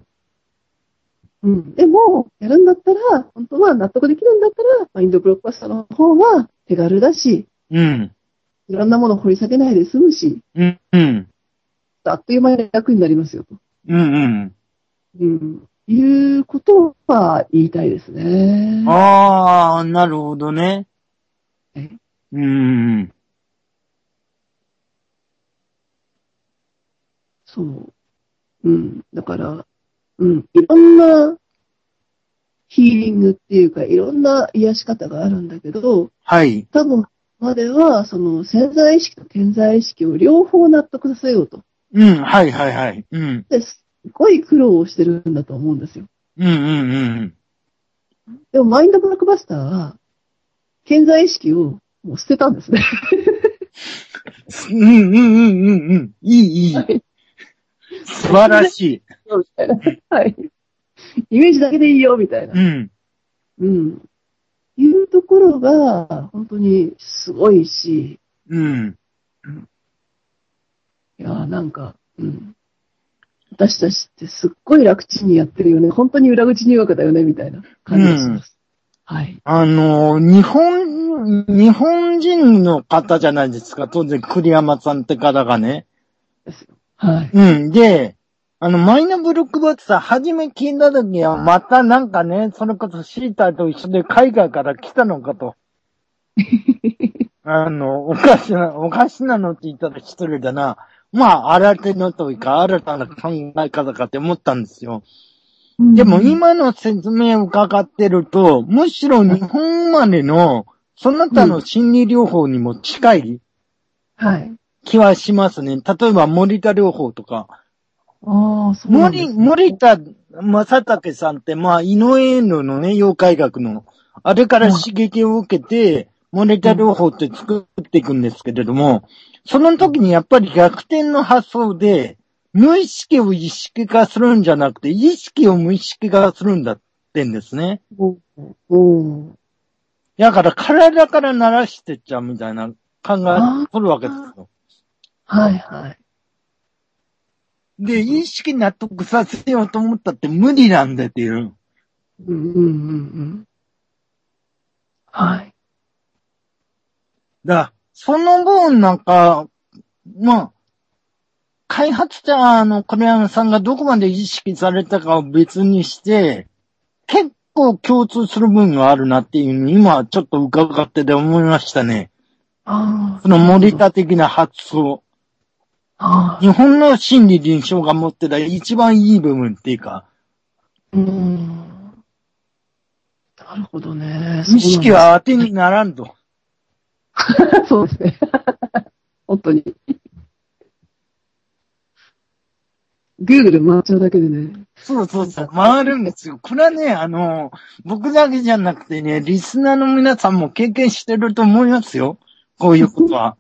うん。でも、やるんだったら、本当は納得できるんだったら、マインドブロックバスターの方は手軽だし、
うん。
いろんなもの掘り下げないで済むし、
うん。うん。
あっという間に楽になりますよと。
うん。
うん。いうことは言いたいですね。
ああ、なるほどね。
え
うん。うん
そう。うん。だから、うん。いろんなヒーリングっていうか、いろんな癒し方があるんだけど、
はい。
多分までは、その潜在意識と潜在意識を両方納得させようと。
うん。はいはいはい。うん。
ですっごい苦労をしてるんだと思うんですよ。
うんうんうん。
でも、マインドブロックバスターは、潜在意識をもう捨てたんですね。
うんうんうんうんうん。いいいい。素晴らしい。
みたいな。 はい。イメージだけでいいよ、みたいな
う。ん。
うん。いうところが、本当にすごいし、
うん。
いやー、なんか、うん。私たちってすっごい楽ちんにやってるよね。本当に裏口入学だよね、みたいな感じがします。はい。
あの、日本、日本人の方じゃないですか。当然、栗山さんって方がね。
ですよ。はい。
うん。で、あの、マイナブロックバッツさん、初め聞いた時は、またなんかね、それこそシーターと一緒で海外から来たのかと。あの、おかしな、おかしなのって言ったら失礼だな。まあ、新手のというか、新たな考え方かって思ったんですよ。でも今の説明を伺ってると、むしろ日本生まれの、その他の心理療法にも近い
はい。
気はしますね。例えば森田療法とか。
ああ、そうなんで
森、
すね
森田正竹さんって、まあ、井上遠慮のね、妖怪学の、あれから刺激を受けて、森田療法って作っていくんですけれども、その時にやっぱり逆転の発想で、無意識を意識化するんじゃなくて、意識を無意識化するんだってんですね。
うん。
だから体から慣らしてっちゃうみたいな考え
あ
を取るわけですよ。
はい、はい。
で、意識納得させようと思ったって無理なんだっていう。
うん、うん、うん、うん。はい。
だ、その分なんか、まあ、開発者のクレアンさんがどこまで意識されたかを別にして、結構共通する部分があるなっていうのを今ちょっと伺ってて思いましたね。
ああ。
その森。田的な発想。
ああ。
日本の心理臨床が持ってた一番いい部分っていうか、
うん。なるほどね。
意識は当てにならんと。
そうですね。本当に。Google 回っちゃうだけでね。
そうそうそう。回るんですよ。これはね、あの、僕だけじゃなくてね、リスナーの皆さんも経験してると思いますよ。こういうことは。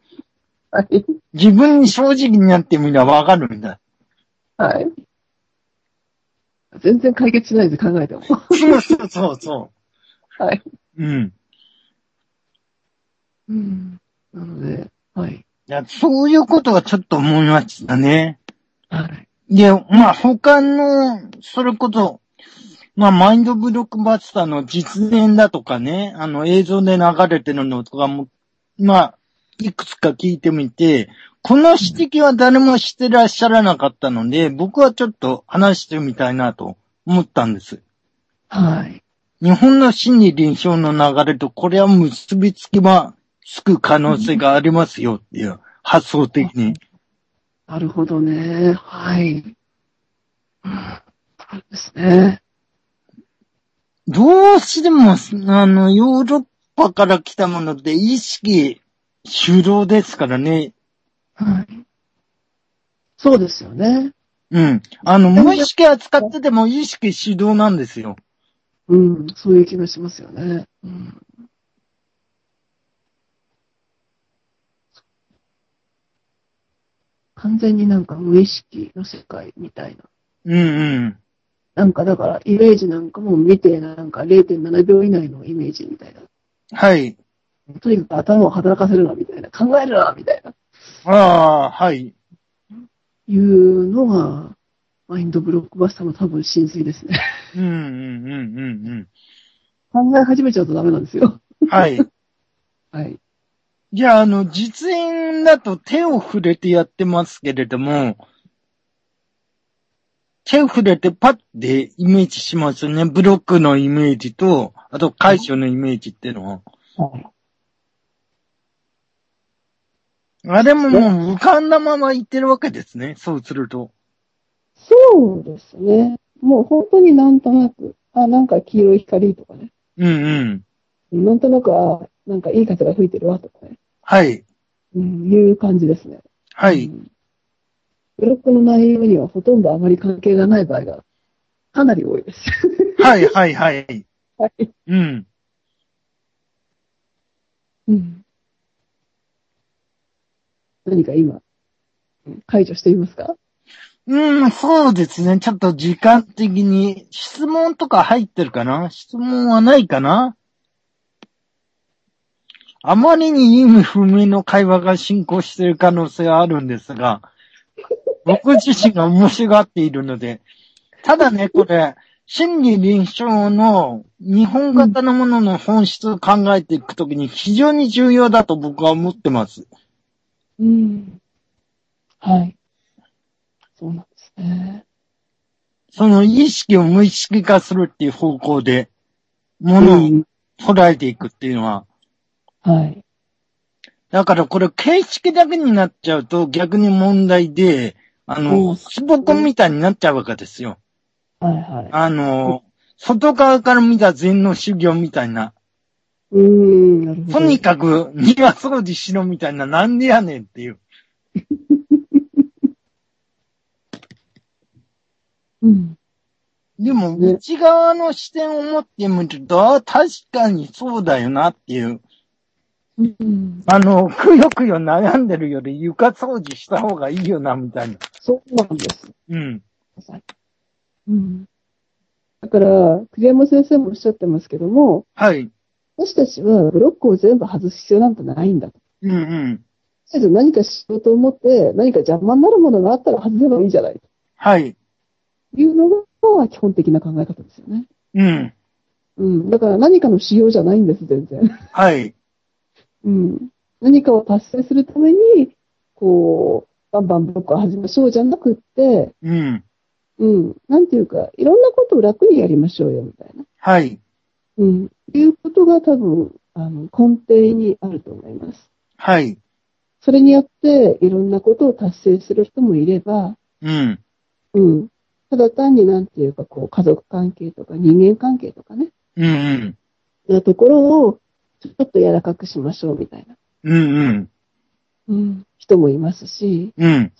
はい。
自分に正直になってみればわかるんだ。
はい。
全然解決しないんで考えても。
そうそうそうそう。
はい。
うん。
うん。なので、はい。
いや、そういうことはちょっと思いましたね。
はい。
で、まあ他の、それこそ、まあマインドブロックバスターの実演だとかね、あの映像で流れてるのとかも、まあ、いくつか聞いてみて、この指摘は誰もしてらっしゃらなかったので、僕はちょっと話してみたいなと思ったんです。
はい。
日本の心理臨床の流れとこれは結びつきはつく可能性がありますよっていう発想的に。
なるほどね。はい。うんそうですね。
どうしても、あの、ヨーロッパから来たものって意識主導ですからね。
はい。そうですよね。
うん。あの、無意識扱ってても意識主導なんですよ。
うん。そういう気がしますよね。うん。完全になんか無意識の世界みたいな。
うんうん。
なんかだから、イメージなんかも見て、なんか0.7秒以内のイメージみたいな。
はい。
とにかく頭を働かせるな、みたいな。考えるな、みたいな。
ああ、はい。
いうのが、マインドブロックバスターの多分真髄ですね。
うんうんうんうん
考え始めちゃうとダメなんですよ。
うん。はい。
はい。
じゃあ、あの、実演だと手を触れてやってますけれども、手を触れてパッてイメージしますよね。ブロックのイメージと、あと解消のイメージっていうのは。あれももう浮かんだまま言ってるわけですね。そうすると。
そうですね。もう本当になんとなく、あ、なんか黄色い光とかね。
うんうん。
なんとなく、あ、なんかいい風が吹いてるわとかね。
はい。
うん、いう感じですね。
は
う
い。
ん
ブロックの内容にはほとんどあまり関係がない場合がかなり多いです。
はいはいはい。
はい。
うん。
うん。何か今、解除していますか
うん、そうですね。ちょっと時間的に質問とか入ってるかな質問はないかなあまりに意味不明の会話が進行している可能性はあるんですが、 僕自身が面白がっているので、ただね、これ、心理臨床の日本型のものの本質を考えていくときに非常に重要だと僕は思ってます。
うん。はい。そうなんですね。
その意識を無意識化するっていう方向で、ものを
うん
捉えていくっていうのは。
はい。
だからこれ形式だけになっちゃうと逆に問題で、あ
う
の、
ん
スポコンみたいになっちゃうわけですよ。
はいはい。
あの、外側から見た禅の修行みたいな。
うーん、なるほど。
とにかく庭掃除しろみたいな、なんでやねんっていう。
うん。
でも、
ね
内側の視点を持ってみると、あ確かにそうだよなっていう。
うん。
あの、くよくよ悩んでるより床掃除した方がいいよな、みたいな。
そうなんです。
うん。
うん。
だから、栗山先生もおっしゃってますけども、
はい。
私たちはブロックを全部外す必要なんてないんだと。
うんうん。
とりあえず何かしようと思って、何か邪魔になるものがあったら外せばいいじゃないと
はい。
いうのが基本的な考え方ですよね。
うん。
うん。だから何かの仕様じゃないんです、全然。
はい。
うん、何かを達成するために、こう、バンバンブロックを始めましょうじゃなくって、
うん。
うん、なんていうか、いろんなことを楽にやりましょうよ、みたいな。
はい。
うん、いうことが多分、あの、根底にあると思います。
はい。
それによって、いろんなことを達成する人もいれば、
うん。
うん、ただ単になんていうか、こう、家族関係とか人間関係とかね、
うんうん。
なところを、ちょっと柔らかくしましょう、みたいな、
うんうん。
うん、人もいますし、
うん。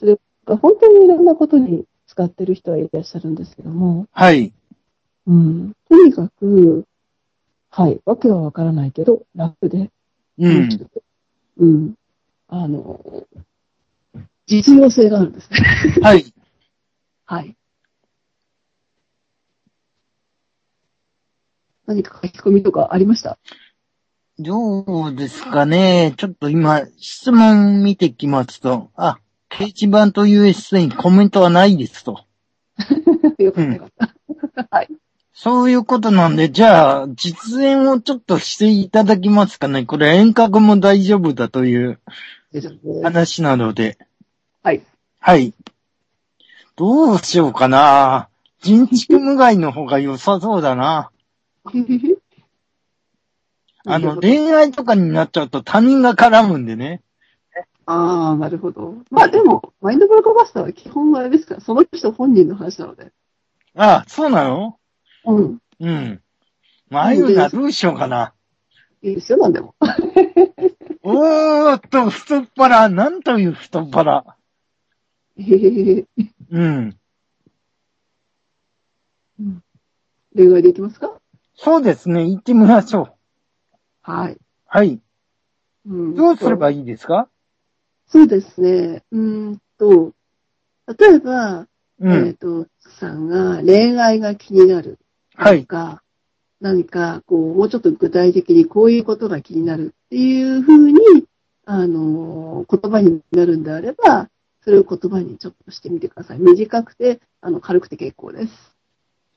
本当にいろんなことに使ってる人はいらっしゃるんですけども、
はい。
うん、とにかく、はい、わけはわからないけど、楽で、
うん。
うん、あの、 実用性があるんですね。
はい。
はい。
何か書き込みとかありました
どうですかね。ちょっと今、質問見てきますと、あ、掲示板と USC にコメントはないですと。
よかったよかった。
そういうことなんで、じゃあ、実演をちょっとしていただきますかね。これ遠隔も大丈夫だという
大丈夫
話なので。
はい。
はい。どうしようかな。人畜無害の方が良さそうだな。あ の、恋愛とかになっちゃうと他人が絡むんでね。
ああ、なるほど。まあでも、マインドブロックバスターは基本はあれですから、その人本人の話なので。
あそうなの
うん。
うん。まあ、ああいうのはどうしようかな。
いいですよ、なんでも。
おーっと、太っ腹。なんという太っ腹。
へへへ。
うん。
恋愛でいきますか
そうですね。行ってみましょう。
はい。
はい。
うん
どうすればいいですか
そうですね。うーんと、例えば、
う
えっ、
ん。
と、さんが恋愛が気になる
は
と
い。
か、何か、こう、もうちょっと具体的にこういうことが気になるっていうふうに、あの、言葉になるんであれば、それを言葉にちょっとしてみてください。短くて、あの、軽くて結構です。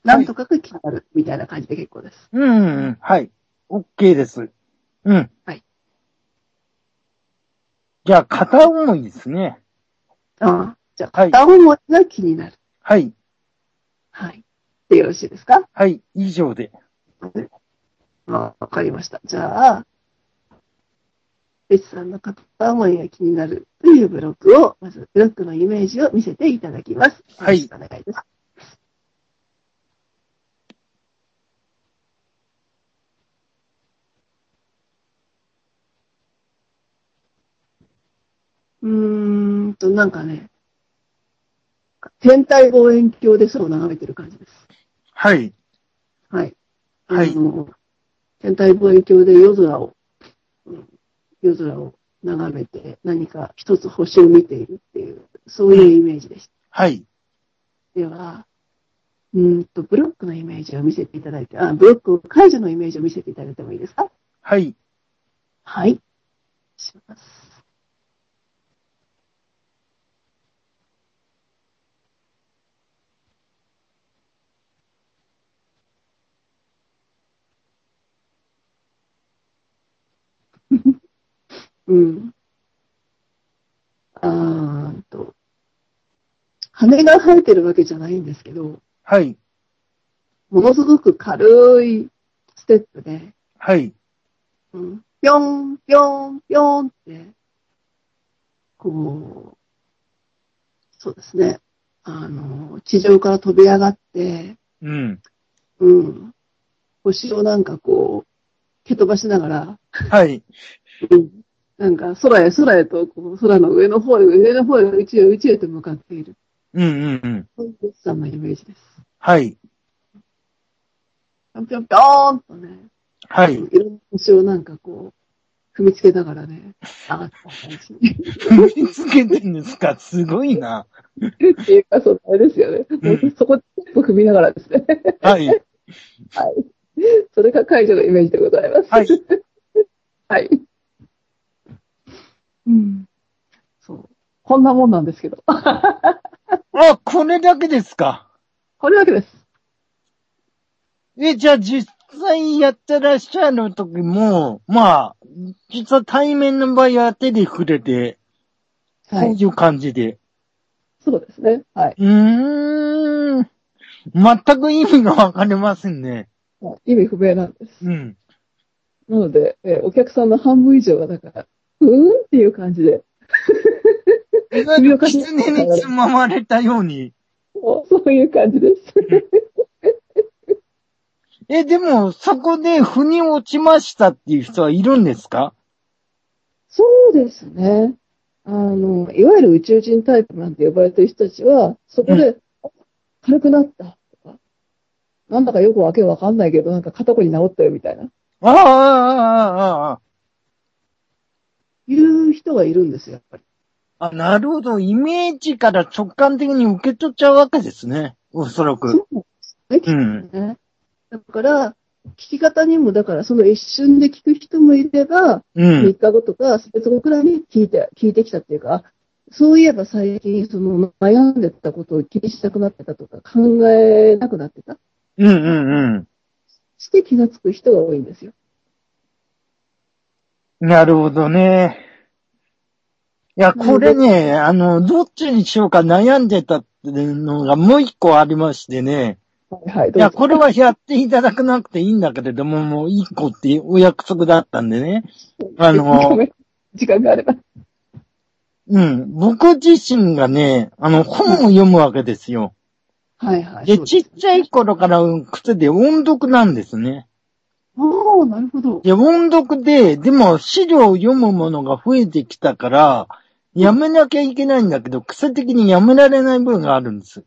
なんとかが気になるみたいな感じで結構です。
うん。はい。OK です。うん。
はい。
じゃあ、片思いですね。
ああじゃあ、
はい
片思いが気になる。
はい。
はい。でよろしいですか
はい。以上で。
あわかりました。じゃあ、別さんの片思いが気になるというブロックを、まずブロックのイメージを見せていただきます。
はい
よろしくお願いです。うーんと、なんかね、天体望遠鏡で空を眺めてる感じです。
はい。
はい。
はい
あの、天体望遠鏡で夜空を、うん夜空を眺めて何か一つ星を見ているっていう、そういうイメージでし
はい。
た。では、うーんと、ブロックのイメージを見せていただいて、あ、ブロックを解除のイメージを見せていただいてもいいですか
はい。
はい。します。うん。あーんと。羽が生えてるわけじゃないんですけど、
はい。
ものすごく軽いステップで、
はい。
うんぴょん、ぴょん、ぴょんって、こう、そうですね。あの、地上から飛び上がって、
うん。
うん。星をなんかこう、蹴飛ばしながら、
はい。
うん。なんか空へ空へと、こう空の上の方へ、上の方へ、宇宙へ、宇宙へと向かっている。
うんうんうん。
そういう物産のイメージです。
はい。
ぴょんぴょんぴょんとね、
はい
い。 ろんな星をなんかこう、踏みつけながらね、上がってた感じ。
踏みつけてんですかすごいな。
っていうか、そのあれですよね。もうそこ、一歩踏みながらですね。
はい。
はい。それが解除のイメージでございます。
はい。
はい。うん。そう。こんなもんなんですけど。
あ、これだけですか。
これだけです。
え、じゃあ実際やってらっしゃる時も、まあ、実は対面の場合は手で触れて、
は
こう
い。
いう感じで。
そうですね。はい。
うーん。全く意味がわかりませんね。
まあ意味不明なんです。
うん。
なので、えーお客さんの半分以上は、だから、うーんっていう感じで、
意外と狐につままれたように。
もうそういう感じです。
え、でも、そこで腑に落ちましたっていう人はいるんですか
そうですね。あの、いわゆる宇宙人タイプなんて呼ばれてる人たちは、そこで、あ軽くなったとか、なんだかよくわけわかんないけど、なんか肩こり治ったよみたいな、
ああ、ああ、ああ、
いう人がいるんですよ、やっぱり。
ああ。なるほど。イメージから直感的に受け取っちゃうわけですね。おそら
そ
く。
うなんですね、き
う
っ
ん。
とね。だから、聞き方にも、だからその一瞬で聞く人もいれば、
う
3
ん。
日後とか、それ後くらいに聞いて、聞いてきたっていうか、あそういえば最近、その悩んでたことを気にしなくなってたとか、考えなくなってた。
うんうんう
して気がつく人が多いんですよ。
ん。なるほどね。いや、これね、あの、どっちにしようか悩んでたっていうのがもう一個ありましてね。
はい、はい、
い
どう
や、
ぞ。
これはやっていただかなくていいんだけれども、もう一個っていうお約束だったんでね。あ
ご
の、
めん時間があれば。
うん。僕自身がね、あの、本を読むわけですよ。
はい、はい。
で、
そう
ち
す
っちゃい頃からうん癖で音読なんですね。
ああ、なるほど。
で、音読で、でも資料を読むものが増えてきたから、やめなきゃいけないんだけど、癖的にやめられない部分があるんです。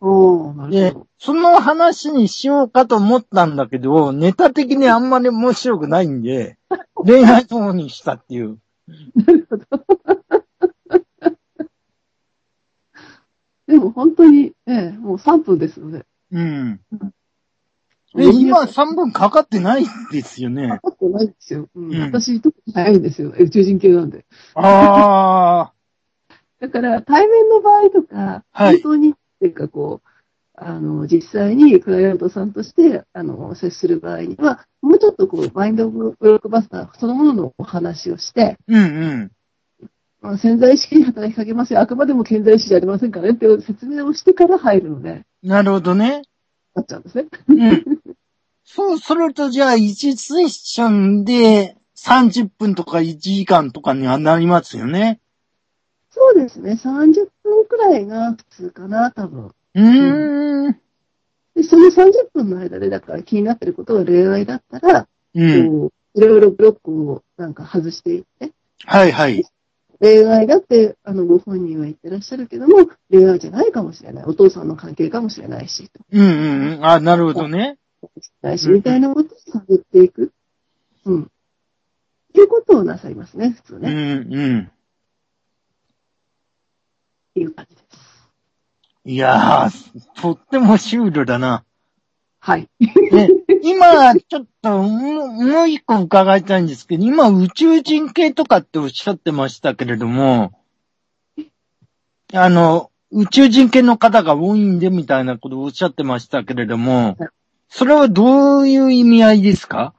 ああ、なる
で
ほど。、
その話にしようかと思ったんだけど、ネタ的にあんまり面白くないん で、恋愛の方にしたっていう。
でも本当に、ええ、もう3分ですので。
うん。
う
で、
ん
今3分かかってないんですよね。
あとないんですよ。うん
うん
私、特に早いんですよ。宇宙人系なんで。
ああ、
だから、対面の場合とか、
はい
本当に、っていうかこう、あの、実際にクライアントさんとして、あの、接する場合には、もうちょっとこう、マインドブロックバスターそのもののお話をして、
うんうん。
まあ潜在意識に働きかけますよ。あくまでも潜在意識じゃありませんからねっていう説明をしてから入るので、
なるほどね。
なっちゃうんですね。
うん。そうすると、じゃあ、1セッションで30分とか1時間とかにはなりますよね。
そうですね。30分くらいが普通かな、多分。
うーん。
で、その30分の間で、だから気になってることが恋愛だったら、
うん。
こう、いろいろブロックをなんか外していって、
はいはい。
恋愛だって、あの、ご本人は言ってらっしゃるけども、恋愛じゃないかもしれない。お父さんの関係かもしれないし、
うんうんうん。あ、なるほどね。
ないし、
うん
みたいなことを探っていく。うん。っていうことをなさいますね、普通
う
ね。
ん
っ
うん。
ていう感じです。
いやー、とってもシュールだな。
はい。
ね、今、ちょっと、もうもう一個伺いたいんですけど、今、宇宙人系とかっておっしゃってましたけれども、あの、宇宙人系の方が多いんでみたいなことをおっしゃってましたけれども
はい、
それはどういう意味合いですか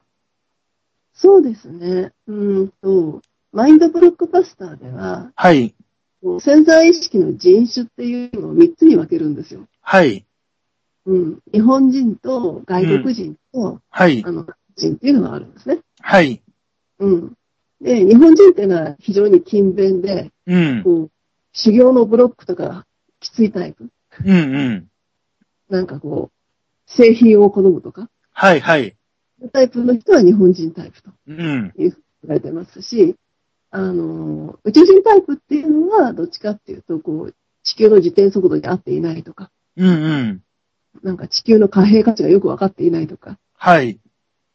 そうですね。うーんと、マインドブロックバスターでは、
はい。
こう潜在意識の人種っていうのを3つに分けるんですよ。
はい。
うん。日本人と外国人と、
はい
あ。の、人っていうのがあるんですね。
はい。
うん。で、日本人っていうのは非常に勤勉で、
うん。
こう、修行のブロックとか、きついタイプ。
うんうん。
なんかこう、製品を好むとか。
はいはい。
タイプの人は日本人タイプと
うん。
言われてますし、あの、宇宙人タイプっていうのは、どっちかっていうと、こう、地球の自転速度に合っていないとか、
うんうん。
なんか地球の貨幣価値がよく分かっていないとか、
はい。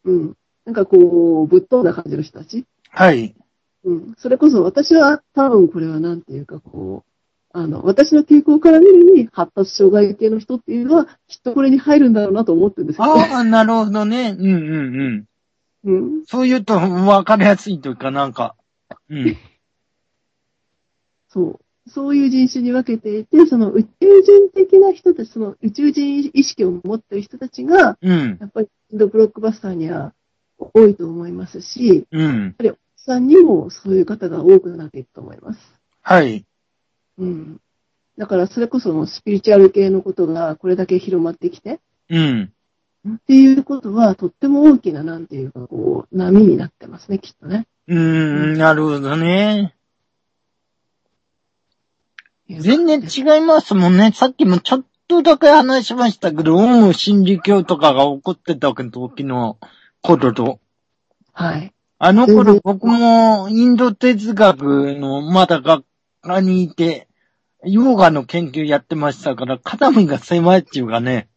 うん。なんかこう、ぶっ飛んだ感じの人たち。
はい。
うん。それこそ私は多分これはなんていうかこう、あの、私の傾向から見るに発達障害系の人っていうのはきっとこれに入るんだろうなと思ってるんですよ、
ああ、なるほどね。うんうんうん。
うん。
そう言うと分かりやすいというか、なんか。うん。
そう。そういう人種に分けていて、その宇宙人的な人たち、その宇宙人意識を持ってる人たちが、
うん。
やっぱりインドブロックバスターには多いと思いますし、やっ
うん。
ぱりお客さんにもそういう方が多くなっていくと思います。
はい。
うん。だからそれこそもうスピリチュアル系のことがこれだけ広まってきて、
うん。
っていうことは、とっても大きな、なんていうか、こう、波になってますね、きっとね。
うーん、なるほどね。全然違いますもんね。さっきもちょっとだけ話しましたけど、オウム真理教とかが起こってた時のことと。
はい。
あの
全
頃
然
僕もインド哲学のまだ学科にいて、ヨガの研究やってましたから、肩身が狭いっていうかね。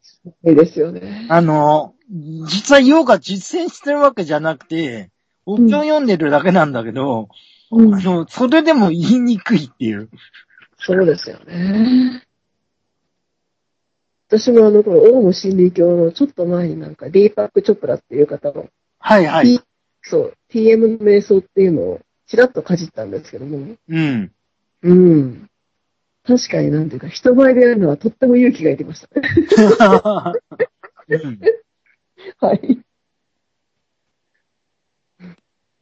いいですよね。
あの、実際ヨガ実践してるわけじゃなくて、お経読んでるだけなんだけど、
う
あ
ん、
の、それでも言いにくいっていう。
そうですよね。私もあの頃、オウム真理教のちょっと前になんか、ディーパック・チョプラっていう方の、
はいはい。
そう、TM の瞑想っていうのを、ちらっとかじったんですけども、
うん。
うん。確かになんていうか、人前でやるのはとっても勇気がいりました。
うん
はい。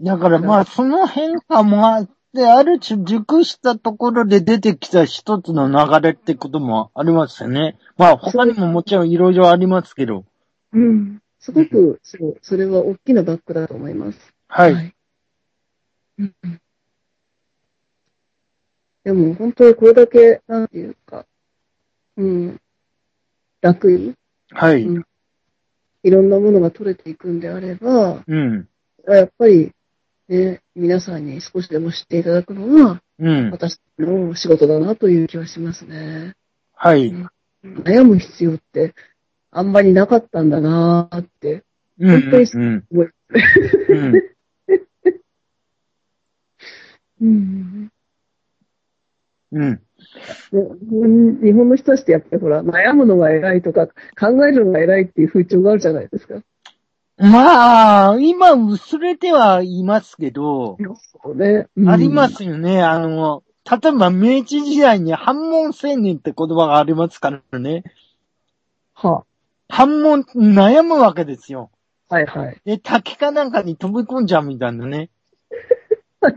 だからまあその変化もあって、ある種熟したところで出てきた一つの流れってこともありますよね。まあ他にももちろんいろいろありますけど。
うん。すごく、そう、それは大きなバックだと思います。
はい。
うんうんでも本当にこれだけ、なんていうか、うん、楽に、
はい。
いろんなものが取れていくんであれば、
うん。
やっぱり、ね、皆さんに少しでも知っていただくのは、
うん。
私の仕事だなという気はしますね。
はい。
悩む必要って、あんまりなかったんだなーって。
うん。
本当に
うん。
思い
うん
うん
うん。
うん日本の人たちってやっぱりほら、悩むのが偉いとか、考えるのが偉いっていう風潮があるじゃないですか。
まあ、今薄れてはいますけど、
そうね。うん
ありま。すよね。あの、例えば明治時代に反問青年って言葉がありますからね。
は
反問、悩むわけですよ。
あ、は いはい。
で、滝かなんかに飛び込んじゃうみたいなね。
はい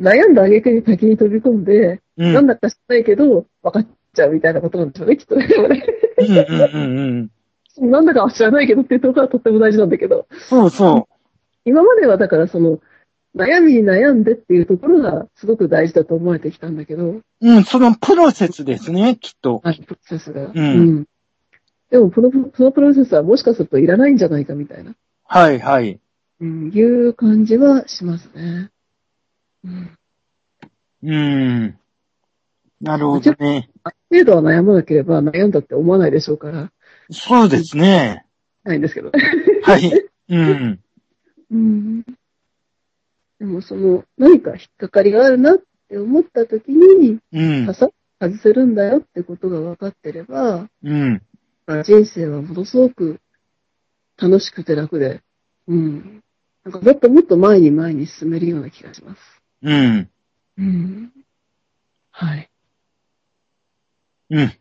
悩んだ挙句に滝に飛び込んで、
うん。
なんだか知らないけど、分かっちゃうみたいなことなんでしょうね、きっとね。でもね
うんうんうんうん。
なんだかは知らないけどっていうところはとっても大事なんだけど。
そうそ
今まではだからその、悩みに悩んでっていうところがすごく大事だと思われてきたんだけど、
う。うん、そのプロセスですね、きっと。
プロセスが。
うん
でもこの、そのプロセスはもしかするといらないんじゃないかみたいな、
はいはい。
うん、いう感じはしますね。うん。
うん。なるほどね。
ある程度は悩まなければ悩んだって思わないでしょうから、
そうですね。
ないんですけど。
はい。うん。
うん。でもその、何か引っかかりがあるなって思った時に、
うん
パ。サッと外せるんだよってことが分かってれば、
うん。
人生はものすごく楽しくて楽で、うん。なんかもっともっと前に前に進めるような気がします。
うん。
うん。はい。
うん。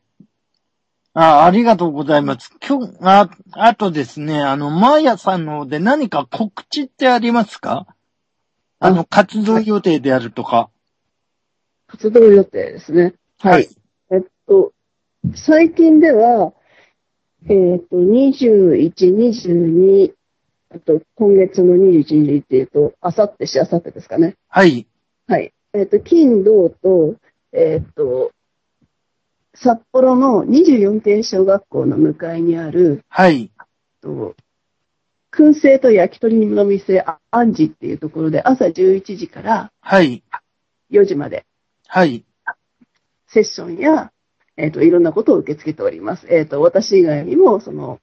あ、ありがとうございます。今日、あ、あとですね、あの、マーヤさんの方で何か告知ってありますかあの、活動予定であるとか。
活動予定ですね。はい。えっと、最近では、えっと、21、22、あと、今月の21日っていうと、あさってしあさってですかね。
はい。
はい。えっ、と、金、銅と、えっ、と、札幌の24軒小学校の向かいにある、
はい。
と燻製と焼き鳥の店、あアンジっていうところで、朝11時から
はい。
4時まで
はい。
セッションや、えっ、と、いろんなことを受け付けております。えっ、と、私以外にも、その、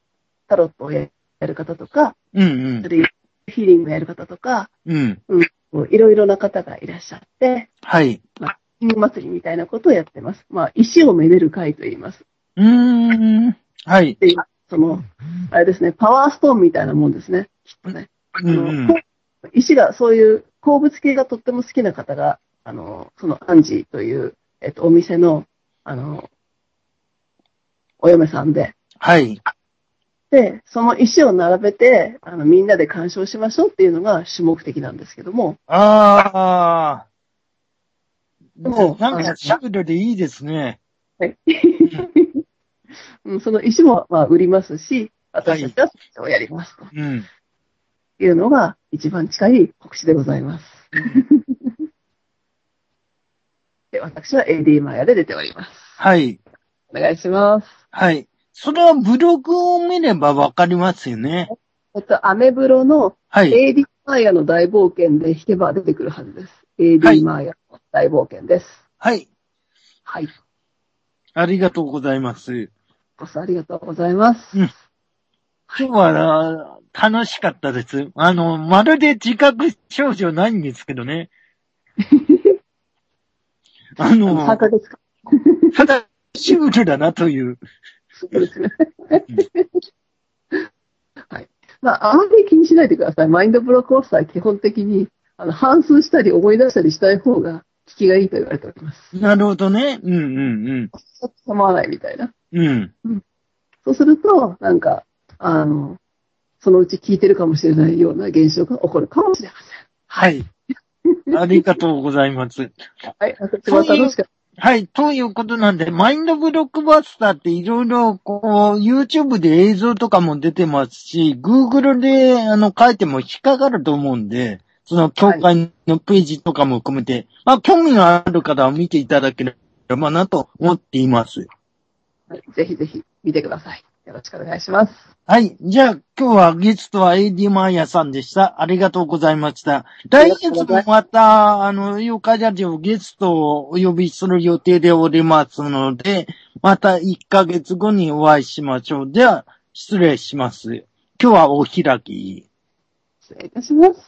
タロットをやる方とか、
うん
それヒーリングやる方とか、
うん。うん。
こういろいろな方がいらっしゃって、
はい。
ヒーリング祭りみたいなことをやってます。まあ、石をめでる会といいます。
うーん。はい。
で、その、あれですね、パワーストーンみたいなもんですね、きっとね。
う
あの
ん
こう石が、そういう鉱物系がとっても好きな方が、あの、そのアンジーという、えっと、お店の、あの、お嫁さんで、
はい。
で、その石を並べて、あの、みんなで鑑賞しましょうっていうのが主目的なんですけども、
あ
でも
ー。なんかシャルでいいですね。
はい。 うんその石も、まあ、売りますし、私たちがそれをやりますと
うん。
いうのが一番近い告知でございます。 で、私は AD マヤで出ております。
はい。
お願いします。
はい。それはブログを見ればわかりますよね。
えっと、アメブロの
はい。
AD マヤの大冒険で弾けば出てくるはずです。AD マヤの大冒険です。
はい。
はい。
ありがとうございます。
ご視聴ありがとうございます。
今日はあ楽しかったです。あの、 まるで自覚症状ないんですけどね。あ
あの、3
の、
ヶ月間。
ただ、シュールだなという。
そうですね。はい。まあ、あまり気にしないでください。マインドブロックオフさえ基本的に、あの、反数したり思い出したりしない方が効きがいいと言われております。
なるほどね。うんうん
構わないみたいな。
うん。うん。
そうすると、なんか、あの、そのうち効いてるかもしれないような現象が起こるかもしれま
はい。ありがとうございます。
せん。はい。私は楽しかっ
はい。ということなんで、マインドブロックバスターっていろいろ、こう、YouTube で映像とかも出てますし、Google で、あの、書いても引っかかると思うんで、その、教会のページとかも含めて、まあ、興味のある方は見ていただければなと思っています。
た。はいぜひぜひ見てください。よろしくお願いします。
はい。じゃあ、今日はゲストは AD マーヤさんでした。ありがとうございました。来月もまた、あの、妖怪ラジオゲストをお呼びする予定でおりますので、また1ヶ月後にお会いしましょう。では、失礼します。今日はお開き。
失礼いたします。